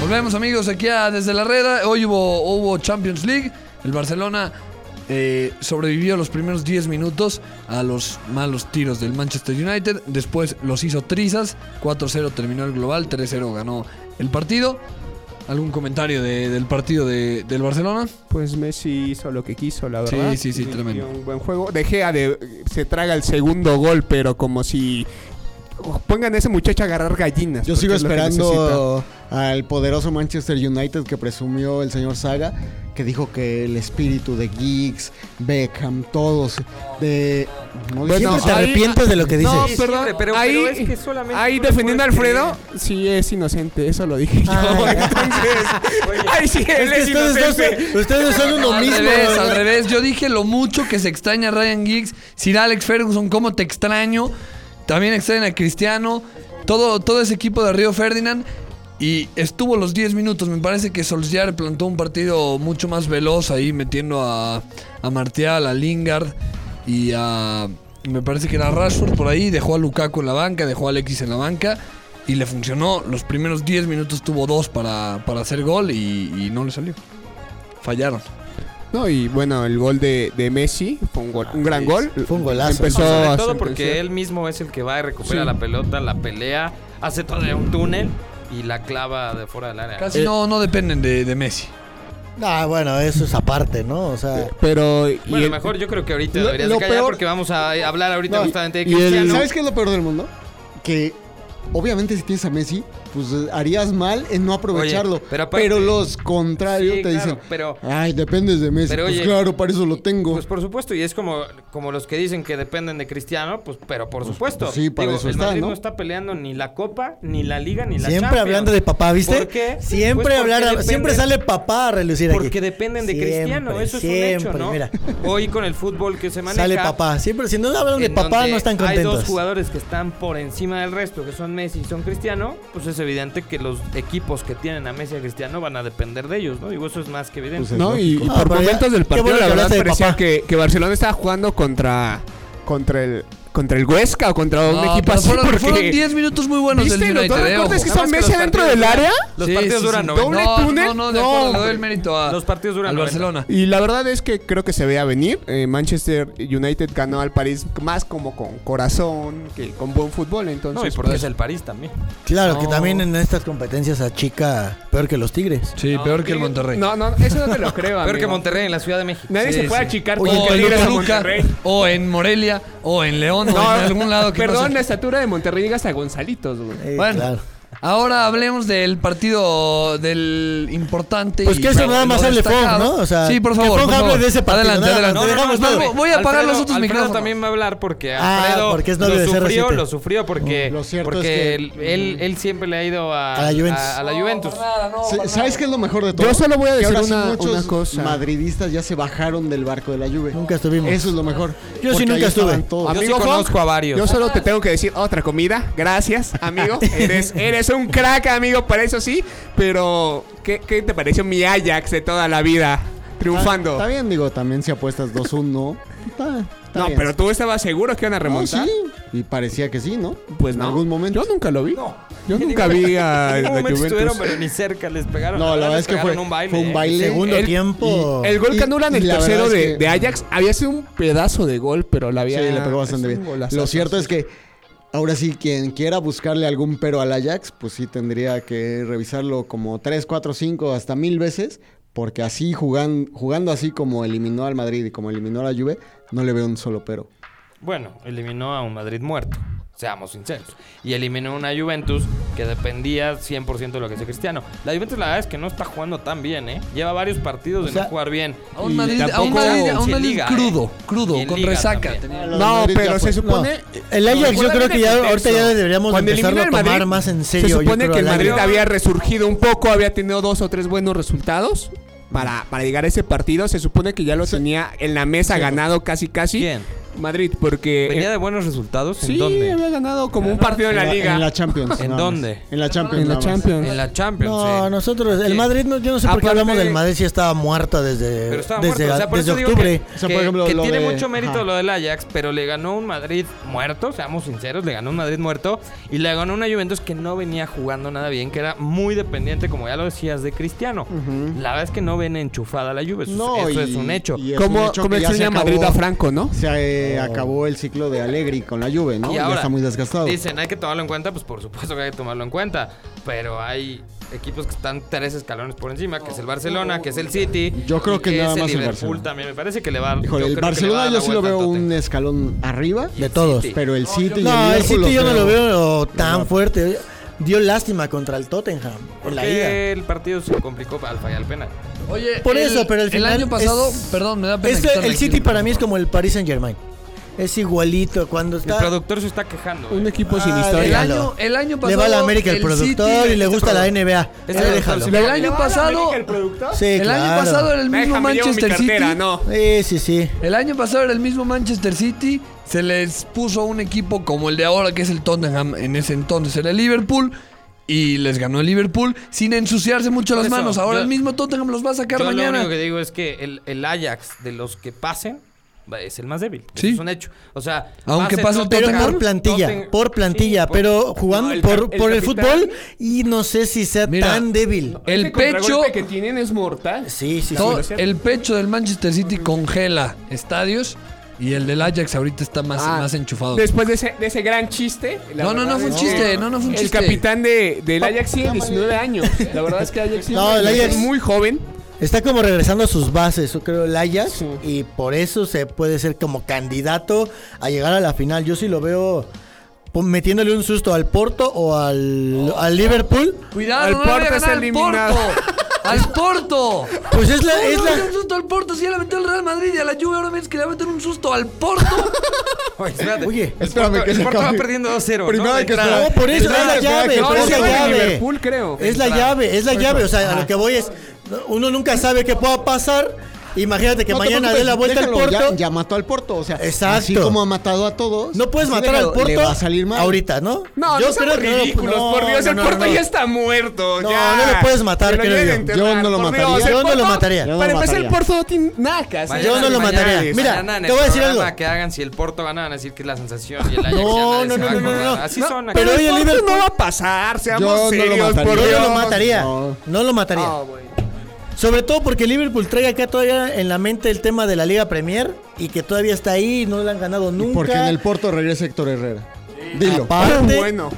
S2: Volvemos amigos aquí a Desde la Reda. Hoy hubo, hubo Champions League. El Barcelona eh, sobrevivió los primeros 10 minutos a los malos tiros del Manchester United. Después los hizo trizas. 4-0 terminó el global. 3-0 ganó el partido. ¿Algún comentario de- del partido de- del Barcelona?
S8: Pues Messi hizo lo que quiso, la
S2: Sí,
S8: verdad.
S2: sí, sí,
S8: Dio
S2: tremendo.
S8: Un buen juego.
S3: De Gea de- se traga el segundo gol, pero como si... Pongan a ese muchacho a agarrar gallinas.
S7: Pues
S6: Yo
S3: porque
S6: sigo
S3: es lo que necesita.
S6: esperando al poderoso Manchester United que presumió el señor Saga, que dijo que el espíritu de Geeks, Beckham, todos, de... no,
S3: Bueno,
S6: siempre
S5: Siempre te
S3: ahí-
S5: arrepientes de lo que dices.
S3: No,
S7: Sí,
S3: perdón.
S7: siempre, pero-
S3: ahí,
S7: pero es que solamente
S3: ahí
S7: uno
S3: defendiendo a
S7: puede
S3: Alfredo, sí es inocente, eso lo dije yo. Entonces,
S7: Oye,
S3: ay, sí, él es,
S5: Es que ustedes,
S3: inocente.
S5: dos, ustedes son uno
S2: Al
S5: mismo.
S2: revés,
S5: güey.
S2: al revés. Yo dije lo mucho que se extraña a Ryan Giggs. Sir Alex Ferguson, cómo te extraño. También extraña a Cristiano. Todo, todo ese equipo de Río Ferdinand. Y estuvo los 10 minutos. Me parece que Solskjaer plantó un partido mucho más veloz ahí, metiendo a, a Martial, a Lingard y a. Me parece que era Rashford por ahí. Dejó a Lukaku en la banca, dejó a Alexis en la banca. Y le funcionó. Los primeros 10 minutos tuvo dos para, para hacer gol y- y no le salió. Fallaron.
S3: No, y bueno, el gol de, de Messi fue un, gol- un gran gol.
S5: Fue un golazo.
S3: Empezó
S7: Sobre
S3: a
S7: todo
S3: sentenciar.
S7: porque él mismo es el que va y recupera la pelota, la pelea, hace todavía un túnel y la clava de fuera del área.
S2: Casi no, no dependen de, de Messi.
S5: Ah, bueno, eso es aparte, ¿no? O sea,
S3: Pero. y
S7: Bueno,
S3: el-
S7: mejor yo creo que ahorita
S6: Lo-
S7: deberías de
S6: lo
S7: callar
S6: peor-
S7: porque vamos a hablar ahorita
S6: No,
S7: justamente de
S3: y el-
S7: Cristiano.
S6: ¿Sabes qué es lo peor del mundo? Que obviamente si tienes a Messi, pues eh, harías mal en no aprovecharlo.
S7: Oye, pero
S6: pero,
S7: aparte-
S6: los contrarios
S7: Sí,
S6: te
S7: claro,
S6: dicen,
S7: pero-
S6: ay, dependes de Messi.
S7: Pero
S6: pues
S7: oye,
S6: claro, para eso lo tengo.
S7: Pues por supuesto, y es como, como los que dicen que dependen de Cristiano, pues pero por supuesto.
S6: sí, para eso
S7: el
S6: está,
S7: Madrid
S6: ¿no?
S7: no está peleando ni la Copa, ni la Liga, ni la
S5: siempre
S7: Champions.
S5: hablando de papá, ¿viste?
S7: ¿Por qué?
S5: Siempre
S7: Pues porque
S5: hablar,
S7: dependen-
S5: siempre sale papá a relucir aquí.
S7: Porque dependen de Cristiano,
S5: Siempre,
S7: eso es un hecho,
S5: siempre,
S7: ¿no?
S5: mira.
S7: Hoy con el fútbol que se maneja...
S5: Sale papá. Siempre, si no hablan de
S7: en
S5: papá,
S7: donde
S5: no están
S7: Hay dos
S5: contentos.
S7: jugadores que están por encima del resto, que son Messi y son Cristiano, pues es evidente que los equipos que tienen a Messi y a Cristiano van a depender de ellos, ¿no? Digo, eso es más que evidente.
S3: No, y, y
S5: Ah,
S3: por
S5: pero ya-
S3: momentos del
S5: qué
S3: partido,
S5: bueno que
S3: la verdad
S5: hablaste de
S3: parecía
S5: papá.
S3: que, que Barcelona estaba jugando contra. contra el. Contra el Huesca o contra un
S2: No,
S3: equipo
S2: pero
S3: así.
S2: fueron,
S3: porque
S2: fueron 10 minutos muy buenos
S3: ¿Viste
S2: del
S3: los dos
S2: United. eh,
S3: recortes
S2: ojo.
S3: que
S7: Nada
S3: son
S7: más que
S3: Messi
S7: los
S3: adentro del
S7: partidos
S3: área?
S7: Los
S2: Sí,
S7: partidos
S2: sí,
S7: duran
S2: sí.
S7: 90.
S3: doble
S2: no,
S3: túnel,
S2: No, no, de
S3: no,
S2: acuerdo, le
S3: hombre.
S2: doy el mérito a,
S7: Los partidos duran
S2: al
S7: 90.
S2: Barcelona.
S3: Y la verdad es que creo que se veía venir. Eh, Manchester United ganó al París más como con corazón que con buen fútbol. Entonces,
S7: No, y porque
S3: pues,
S7: es el París también.
S5: Claro, que
S2: No.
S5: también en estas competencias a chica, peor que los Tigres.
S2: Sí,
S7: No,
S2: peor que el
S7: sí.
S2: Monterrey.
S3: no, no, eso no te lo creo.
S7: Peor que
S3: amigo.
S7: Monterrey en la Ciudad de México.
S3: Nadie
S2: Sí,
S3: se puede
S2: sí.
S3: achicar con
S2: O
S3: que
S2: en
S3: Tigres a
S2: Toluca,
S3: Monterrey.
S2: o en Morelia, o en León, o en algún lado que no
S8: Perdón,
S2: sé.
S8: la estatura de Monterrey llegas a Gonzalitos, güey.
S5: Eh,
S2: Bueno.
S5: claro.
S2: Ahora hablemos del partido del importante.
S5: Pues
S2: y
S5: que eso
S2: bravo,
S5: nada más
S2: lo
S5: hable Fong,
S2: destacado.
S5: ¿no? O sea,
S2: sí, por
S5: que
S2: favor.
S5: Fong
S2: por
S5: hable
S2: favor.
S5: de ese partido,
S2: Adelante,
S5: nada más.
S2: adelante.
S5: No, no, no,
S2: Voy-
S5: espérame.
S2: Voy a apagar
S7: Alfredo-
S2: los otros
S7: Alfredo
S2: micrófonos.
S7: también va a hablar porque
S5: Ah,
S7: Alfredo
S5: porque es novio
S7: lo
S5: de
S7: sufrió,
S5: CR7.
S7: lo sufrió porque,
S6: Lo cierto
S7: porque
S6: es que-
S7: él, él, él siempre le ha ido a,
S5: A la Juventus.
S7: a- a la Juventus.
S6: Se- ¿Sabes qué es lo mejor de todo?
S3: Yo solo voy a
S6: Que
S3: decir
S6: ahora sí
S3: una-
S6: muchos
S3: una cosa.
S6: madridistas ya se bajaron del barco de la lluvia.
S5: Nunca estuvimos.
S6: Eso es lo mejor.
S5: Yo sí
S6: Porque
S5: nunca
S6: ahí
S5: estuve.
S6: estaban todos.
S7: Yo sí
S3: Amigo
S7: conozco
S3: Fox,
S7: a varios.
S3: Yo solo te tengo que decir otra comida. Gracias, amigo. Eres, eres un crack, amigo, para eso sí. Pero, ¿qué, qué te pareció mi Ajax de toda la vida? Triunfando.
S6: Está bien, digo, también si apuestas 2-1. Está, está
S3: no,
S6: bien.
S3: pero tú estabas seguro que iban a
S6: No,
S3: remontar.
S6: sí, Y parecía que sí, ¿no?
S3: Pues
S6: en
S3: no.
S6: algún momento.
S3: Yo nunca lo vi.
S7: No.
S3: Yo nunca vi a la
S7: En ningún momento estuvieron,
S3: Juventus.
S7: pero ni cerca les pegaron.
S6: No, la verdad
S7: les
S6: es que
S7: pegaron ¿eh?
S6: fue fue un baile.
S5: Segundo
S3: El-
S5: tiempo.
S3: El gol
S6: Y-
S3: que anulan
S6: y
S3: el
S6: la verdad
S3: tercero
S6: es
S3: de,
S6: que-
S3: de Ajax había sido un pedazo de gol, pero la
S6: Sí,
S3: había.
S6: le pegó bastante bien. Lo cierto es que ahora sí, quien quiera buscarle algún pero al Ajax, pues sí tendría que revisarlo como 3, 4, 5, hasta mil veces. Porque así, jugan- jugando así como eliminó al Madrid y como eliminó a la Juve, no le veo un solo pero.
S7: Bueno, eliminó a un Madrid muerto, seamos sinceros. Y eliminó una Juventus que dependía 100% de lo que hacía Cristiano. La Juventus la verdad es que no está jugando tan bien, ¿eh? Lleva varios partidos de no jugar bien.
S2: A un
S7: Y
S2: Madrid, a un
S7: tampoco-
S2: Madrid, a un
S7: y en
S2: Madrid
S7: Liga, ¿eh?
S2: crudo, crudo,
S7: Y en
S2: con
S7: Liga
S2: resaca.
S7: también.
S2: Tenía-
S3: No, pero se
S5: No,
S3: supone.
S5: el Ajax yo creo que ya ahorita ya deberíamos
S3: Cuando
S5: empezarlo
S3: elimina
S5: a
S3: el
S5: tomar
S3: Madrid,
S5: más en serio.
S3: Se
S5: yo
S3: supone
S5: creo,
S3: que el
S5: al
S3: Madrid
S5: Ajax.
S3: había resurgido un poco, había tenido dos o tres buenos resultados para, para llegar a ese partido. Se supone que ya lo tenía en la mesa ganado casi casi.
S7: ¿Quién?
S3: Madrid,
S2: Eh,
S3: porque. eh,
S7: Venía de buenos resultados.
S3: Sí,
S7: ¿En
S3: había
S7: dónde?
S3: ganado como un partido en la, liga.
S6: En la Champions. nada
S7: ¿En
S6: más.
S7: dónde?
S6: En la Champions.
S3: En la
S6: nada más.
S3: Champions.
S7: En la Champions.
S5: No,
S7: sí.
S5: nosotros, el
S7: Sí.
S5: Madrid, no, yo no sé por qué
S3: Aparte-
S5: hablamos del Madrid si estaba muerta desde,
S7: Pero estaba
S5: Eh, desde,
S7: muerto. O sea, por
S5: desde
S7: eso digo
S5: octubre.
S7: que,
S6: O sea,
S7: que-
S6: por ejemplo,
S7: que
S6: lo
S7: tiene
S6: de-
S7: mucho mérito
S6: ajá.
S7: lo del Ajax, pero le ganó un Madrid muerto, seamos sinceros, le ganó un Madrid muerto y le ganó una Juventus que no venía jugando nada bien, que era muy dependiente, como ya lo decías, de Cristiano. La verdad es que no ven enchufada la Juve, eso,
S6: No,
S7: eso
S6: y-
S7: es un hecho.
S6: y es un
S3: ¿Cómo,
S6: hecho
S3: cómo
S6: que ya se
S3: extraña
S6: acabó-
S3: Madrid a Franco, no?
S6: Se eh, acabó el ciclo de Allegri con la Juve, ¿no?
S7: Y
S6: ya
S7: ahora,
S6: está muy desgastado.
S7: Dicen, hay que tomarlo en cuenta, pues por supuesto que hay que tomarlo en cuenta, pero hay equipos que están tres escalones por encima, que es el Barcelona, que es el City,
S6: Yo creo
S7: y
S6: que nada
S7: es el
S6: más el
S7: Liverpool
S6: Barcelona.
S7: también, me parece que le va
S6: Híjole,
S7: yo
S6: el
S7: creo que le va a
S6: Barcelona
S7: dar
S6: yo
S7: la
S6: sí lo
S7: vuelta
S6: veo
S7: al Tottenham.
S6: un escalón arriba,
S5: De todos.
S7: City.
S6: pero el City. y
S5: No, el
S6: Liverpool
S5: City yo
S6: los
S5: no lo veo tan fuerte. Dio lástima contra el Tottenham en la ida.
S7: Porque el partido se complicó al fallar el penal.
S2: Oye,
S5: Por
S2: el-
S5: eso, pero al final
S2: El año pasado,
S5: es-
S2: perdón, me da pena.
S5: Es que
S2: quitarle
S5: el
S2: aquí
S5: City para mí es
S2: micrófono.
S5: como el Paris Saint Germain. Es igualito cuando
S7: El
S5: está.
S7: productor se está quejando.
S3: Un
S7: eh.
S3: equipo
S5: Ah,
S3: sin
S2: El
S3: historia.
S5: déjalo.
S2: año, el año pasado.
S5: le va a la América el, productor
S2: City-
S5: y le gusta la NBA.
S7: Este
S5: Eh,
S7: productor
S5: déjalo.
S7: se-
S2: El año
S7: ¿Le va a la
S2: pasado-
S7: América el productor?
S5: Sí,
S2: El año
S5: claro.
S2: pasado era el mismo
S3: Déjame, llevo mi
S2: Manchester
S3: cartera,
S2: City.
S3: no.
S5: Sí, sí, sí.
S2: El año pasado era el mismo Manchester City. Se les puso un equipo como el de ahora, que es el Tottenham. En ese entonces era el Liverpool. Y les ganó el Liverpool sin ensuciarse mucho
S7: Por
S2: las
S7: eso,
S2: manos. Ahora
S7: yo-
S2: el mismo Tottenham los va a sacar
S7: Yo lo
S2: mañana.
S7: único que digo es que el, el Ajax de los que pasen va- es el más débil.
S2: Sí.
S7: Eso es un hecho. O sea,
S2: Aunque
S7: pase
S2: pase el
S5: Pero
S2: Tottenham.
S5: por plantilla,
S7: Totten-
S5: por plantilla,
S7: Sí, por-
S5: pero jugando
S3: No, el
S5: por,
S3: cap- el
S5: por el
S3: capitán-
S5: fútbol y no sé si sea
S2: Mira,
S5: tan débil.
S2: El
S3: Ese contragolpe
S2: pecho-
S3: que tienen es mortal.
S5: Sí, sí, sí.
S2: Todo-
S3: es cierto.
S2: el pecho del Manchester City congela estadios. Y el del Ajax ahorita está más,
S3: Ah,
S2: más enchufado.
S3: Después de ese, de ese gran chiste. la
S2: No, no,
S3: verdad
S2: no fue un
S3: es
S2: chiste,
S3: que
S2: no, no fue un
S3: El
S2: chiste.
S3: capitán de, del Ajax tiene 19 años. La verdad es que Ajax sí
S5: No, el
S3: es
S5: Ajax-
S3: muy joven.
S5: Está como regresando a sus bases, yo creo, el Ajax, y por eso se puede ser como candidato a llegar a la final. Yo sí lo veo po- metiéndole un susto al Porto o al, al Liverpool.
S2: Cuidado,
S3: Al
S2: no le voy a
S3: Porto está
S2: ganar al
S3: eliminado.
S2: Porto. ¡Al Porto!
S5: Pues es la...
S2: No,
S5: Es
S2: no,
S5: la
S2: le susto al Porto, si ya le metió al Real Madrid y a la Juve ahora me dices que le va a meter un susto al Porto.
S7: Oye, espérate.
S5: Oye,
S6: Espérame, que
S7: El
S6: se
S7: Porto va
S6: acabe.
S7: perdiendo 2-0.
S6: Primero
S7: ¿no?
S6: hay que
S7: De entrada.
S5: no, Ah, por eso, es
S6: Espera,
S5: la
S6: espera,
S5: llave,
S6: que
S5: es
S6: no,
S3: Ahora
S6: es
S3: sí
S5: la
S6: la
S3: juega en
S5: llave.
S3: Liverpool, creo.
S5: Es la llave, es la llave. O sea, a lo que voy es. no, Uno nunca sabe qué pueda pasar. Imagínate que
S6: No te
S5: mañana
S6: preocupes,
S5: dé la vuelta al
S6: déjalo, ya-
S5: Porto.
S6: Ya, mató al Porto, o sea,
S5: Exacto.
S6: así como ha matado a todos.
S5: No puedes
S6: así
S5: matar
S6: déjalo,
S5: al Porto
S6: Le va a salir mal.
S5: ahorita, ¿no?
S3: No, no somos ridículos,
S5: no,
S3: por Dios.
S5: no,
S3: el
S5: no,
S3: Porto
S5: no.
S3: ya está muerto.
S5: No,
S3: ya.
S5: no lo puedes matar,
S3: Que lo
S5: creo
S3: lleven
S5: yo.
S3: a enterrar,
S6: Yo no lo
S3: por
S6: mataría.
S3: Dios, el
S5: Yo no lo
S3: Porto-
S5: mataría. Yo
S6: no
S3: Para
S6: lo
S3: empezar, el
S6: mataría.
S3: Porto no tiene nada que hacer.
S5: Yo no lo
S7: mañana-
S5: mataría. Mira,
S7: mañana en
S5: te
S7: el
S5: voy a decir
S7: programa
S5: algo.
S7: Que hagan si el Porto gana, van a decir que es la sensación y el Ajax
S5: No,
S7: ya nadie
S5: no,
S7: se
S5: no,
S7: va a
S5: no, no,
S7: acordar.
S5: no.
S7: Así
S5: No,
S7: son acá.
S3: Pero
S5: Pero hoy
S3: el
S5: el
S3: Porto
S5: Liverpool-
S3: no va a pasar,
S6: Yo
S3: seamos
S6: no lo
S3: serios,
S6: mataría.
S3: por
S5: Yo
S3: Dios.
S5: no lo mataría.
S6: No.
S5: No lo mataría.
S3: No, güey.
S5: Sobre todo porque Liverpool trae acá todavía en la mente el tema de la Liga Premier y que todavía está ahí y no la han ganado nunca.
S6: Porque en el Porto regresa Héctor Herrera. Dilo.
S5: Aparte-
S3: Bueno.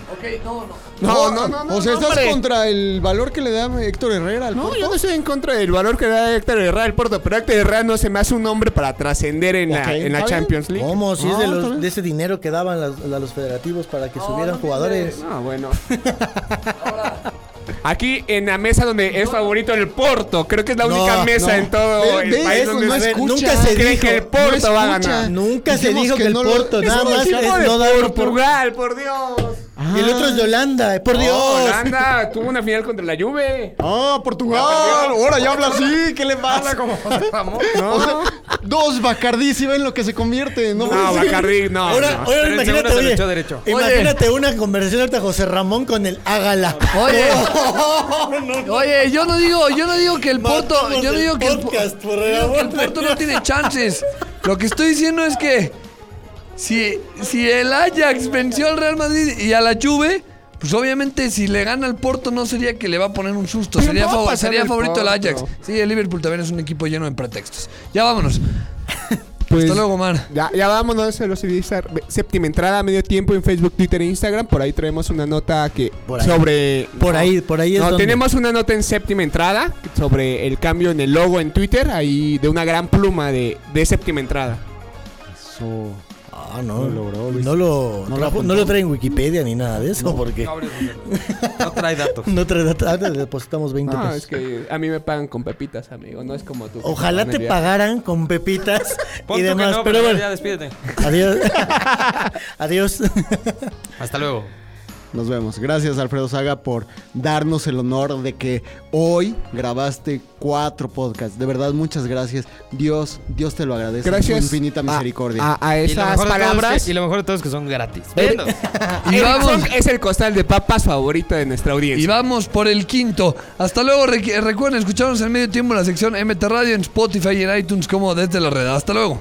S3: no,
S6: No, no,
S3: no,
S6: no.
S3: no,
S6: O sea,
S3: no,
S6: estás
S3: hombre.
S6: contra el valor que le da Héctor Herrera al
S3: No,
S6: Porto.
S3: yo no estoy en contra del valor que da Héctor Herrera al Porto, pero Héctor Herrera no se me hace un hombre para trascender en
S6: Ok,
S3: la, en la
S6: está bien.
S3: Champions League.
S5: ¿Cómo? Si es de,
S6: No,
S5: los-
S6: está bien.
S5: de ese dinero que daban las- a los federativos para que subieran jugadores.
S3: No, bueno. Aquí en la mesa donde es favorito el Porto, creo que es la
S5: No,
S3: única mesa
S6: no.
S3: en todo
S6: Ve-
S3: el
S6: ve,
S3: país
S6: eso
S3: donde
S6: no
S3: se-
S6: escucha.
S5: Nunca se
S3: creen
S5: dijo.
S3: que el Porto
S6: no
S3: va a
S6: escucha.
S3: ganar.
S5: Nunca se
S6: Dijimos
S5: dijo que,
S6: que
S5: el
S6: no lo-
S5: Porto,
S6: es
S5: nada
S6: un
S5: más
S3: equipo
S5: es
S3: de
S5: no dar por-
S3: Portugal, por Dios.
S5: Y el otro es de Holanda, eh, por Dios.
S3: Oh, Holanda tuvo una final contra la Juve.
S6: Ah, Portugal. Ahora ya habla así. ¿Qué le pasa?
S7: Vamos.
S6: O sea, dos Bacardí si ven lo que se convierte. No,
S3: No, Bacarri, no.
S5: Ahora,
S3: no.
S5: ahora
S7: Pero en
S5: imagínate,
S7: segunda se lo
S5: oye,
S7: echó derecho.
S5: imagínate una conversación ahorita José Ramón con el Ágala.
S2: Oye, oye, yo no digo, yo no digo que el Porto, yo no digo que el, Po-
S5: Podcast, por
S2: yo digo que el
S5: favor.
S2: Porto no tiene chances. Lo que estoy diciendo es que si, si el Ajax venció al Real Madrid y a la Juve, pues obviamente si le gana al Porto no sería que le va a poner un susto,
S3: Pero
S2: sería,
S3: no va a
S2: favor-
S3: pasar
S2: sería
S3: el
S2: favorito el
S3: Porto.
S2: Ajax. Sí, el Liverpool también es un equipo lleno de pretextos. Ya vámonos.
S3: Pues-
S2: Hasta luego, Mar.
S3: Ya, ya vámonos a los Ibiza. Séptima entrada, medio tiempo en Facebook, Twitter e Instagram. Por ahí traemos una nota que
S5: Por ahí.
S3: sobre.
S5: Por
S3: no.
S5: ahí, por ahí es
S3: No,
S5: donde-
S3: tenemos una nota en séptima entrada sobre el cambio en el logo en Twitter. Ahí de una gran pluma de, de séptima entrada.
S9: Eso.
S5: Ah, no.
S9: Lo logró, Luis.
S5: no lo,
S9: No lo
S5: trajo-
S9: apuntó.
S5: no lo trae en Wikipedia ni nada de eso, porque
S7: No, abres internet. No trae datos.
S5: no trae data- Ah, le depositamos 20
S3: No,
S5: pesos.
S3: es que a mí me pagan con pepitas, amigo. No es como tú.
S5: Ojalá te
S3: pagan.
S5: pagaran con pepitas
S7: Pon
S5: y
S7: tú que
S5: demás.
S7: no,
S5: pero
S7: pero
S5: bueno,
S7: ya despídete.
S5: adiós. adiós.
S10: Hasta luego.
S6: Nos vemos. Gracias Alfredo Saga por darnos el honor de que hoy grabaste cuatro podcasts. De verdad, muchas gracias. Dios, Dios te lo agradece.
S3: Gracias.
S6: Su infinita
S3: a-
S6: misericordia.
S3: A, a
S7: Y lo
S3: esas
S7: mejor de todo es que-
S3: palabras.
S7: y lo mejor de todo es que son gratis. Véanlos.
S2: Y
S3: Eric
S2: vamos,
S3: Fong es el costal de papas favorito de nuestra
S2: y
S3: audiencia.
S2: vamos por el quinto. Hasta luego. Re- recuerden escucharnos en medio tiempo en la sección MT Radio, en Spotify y en iTunes como Desde la Red. Hasta luego.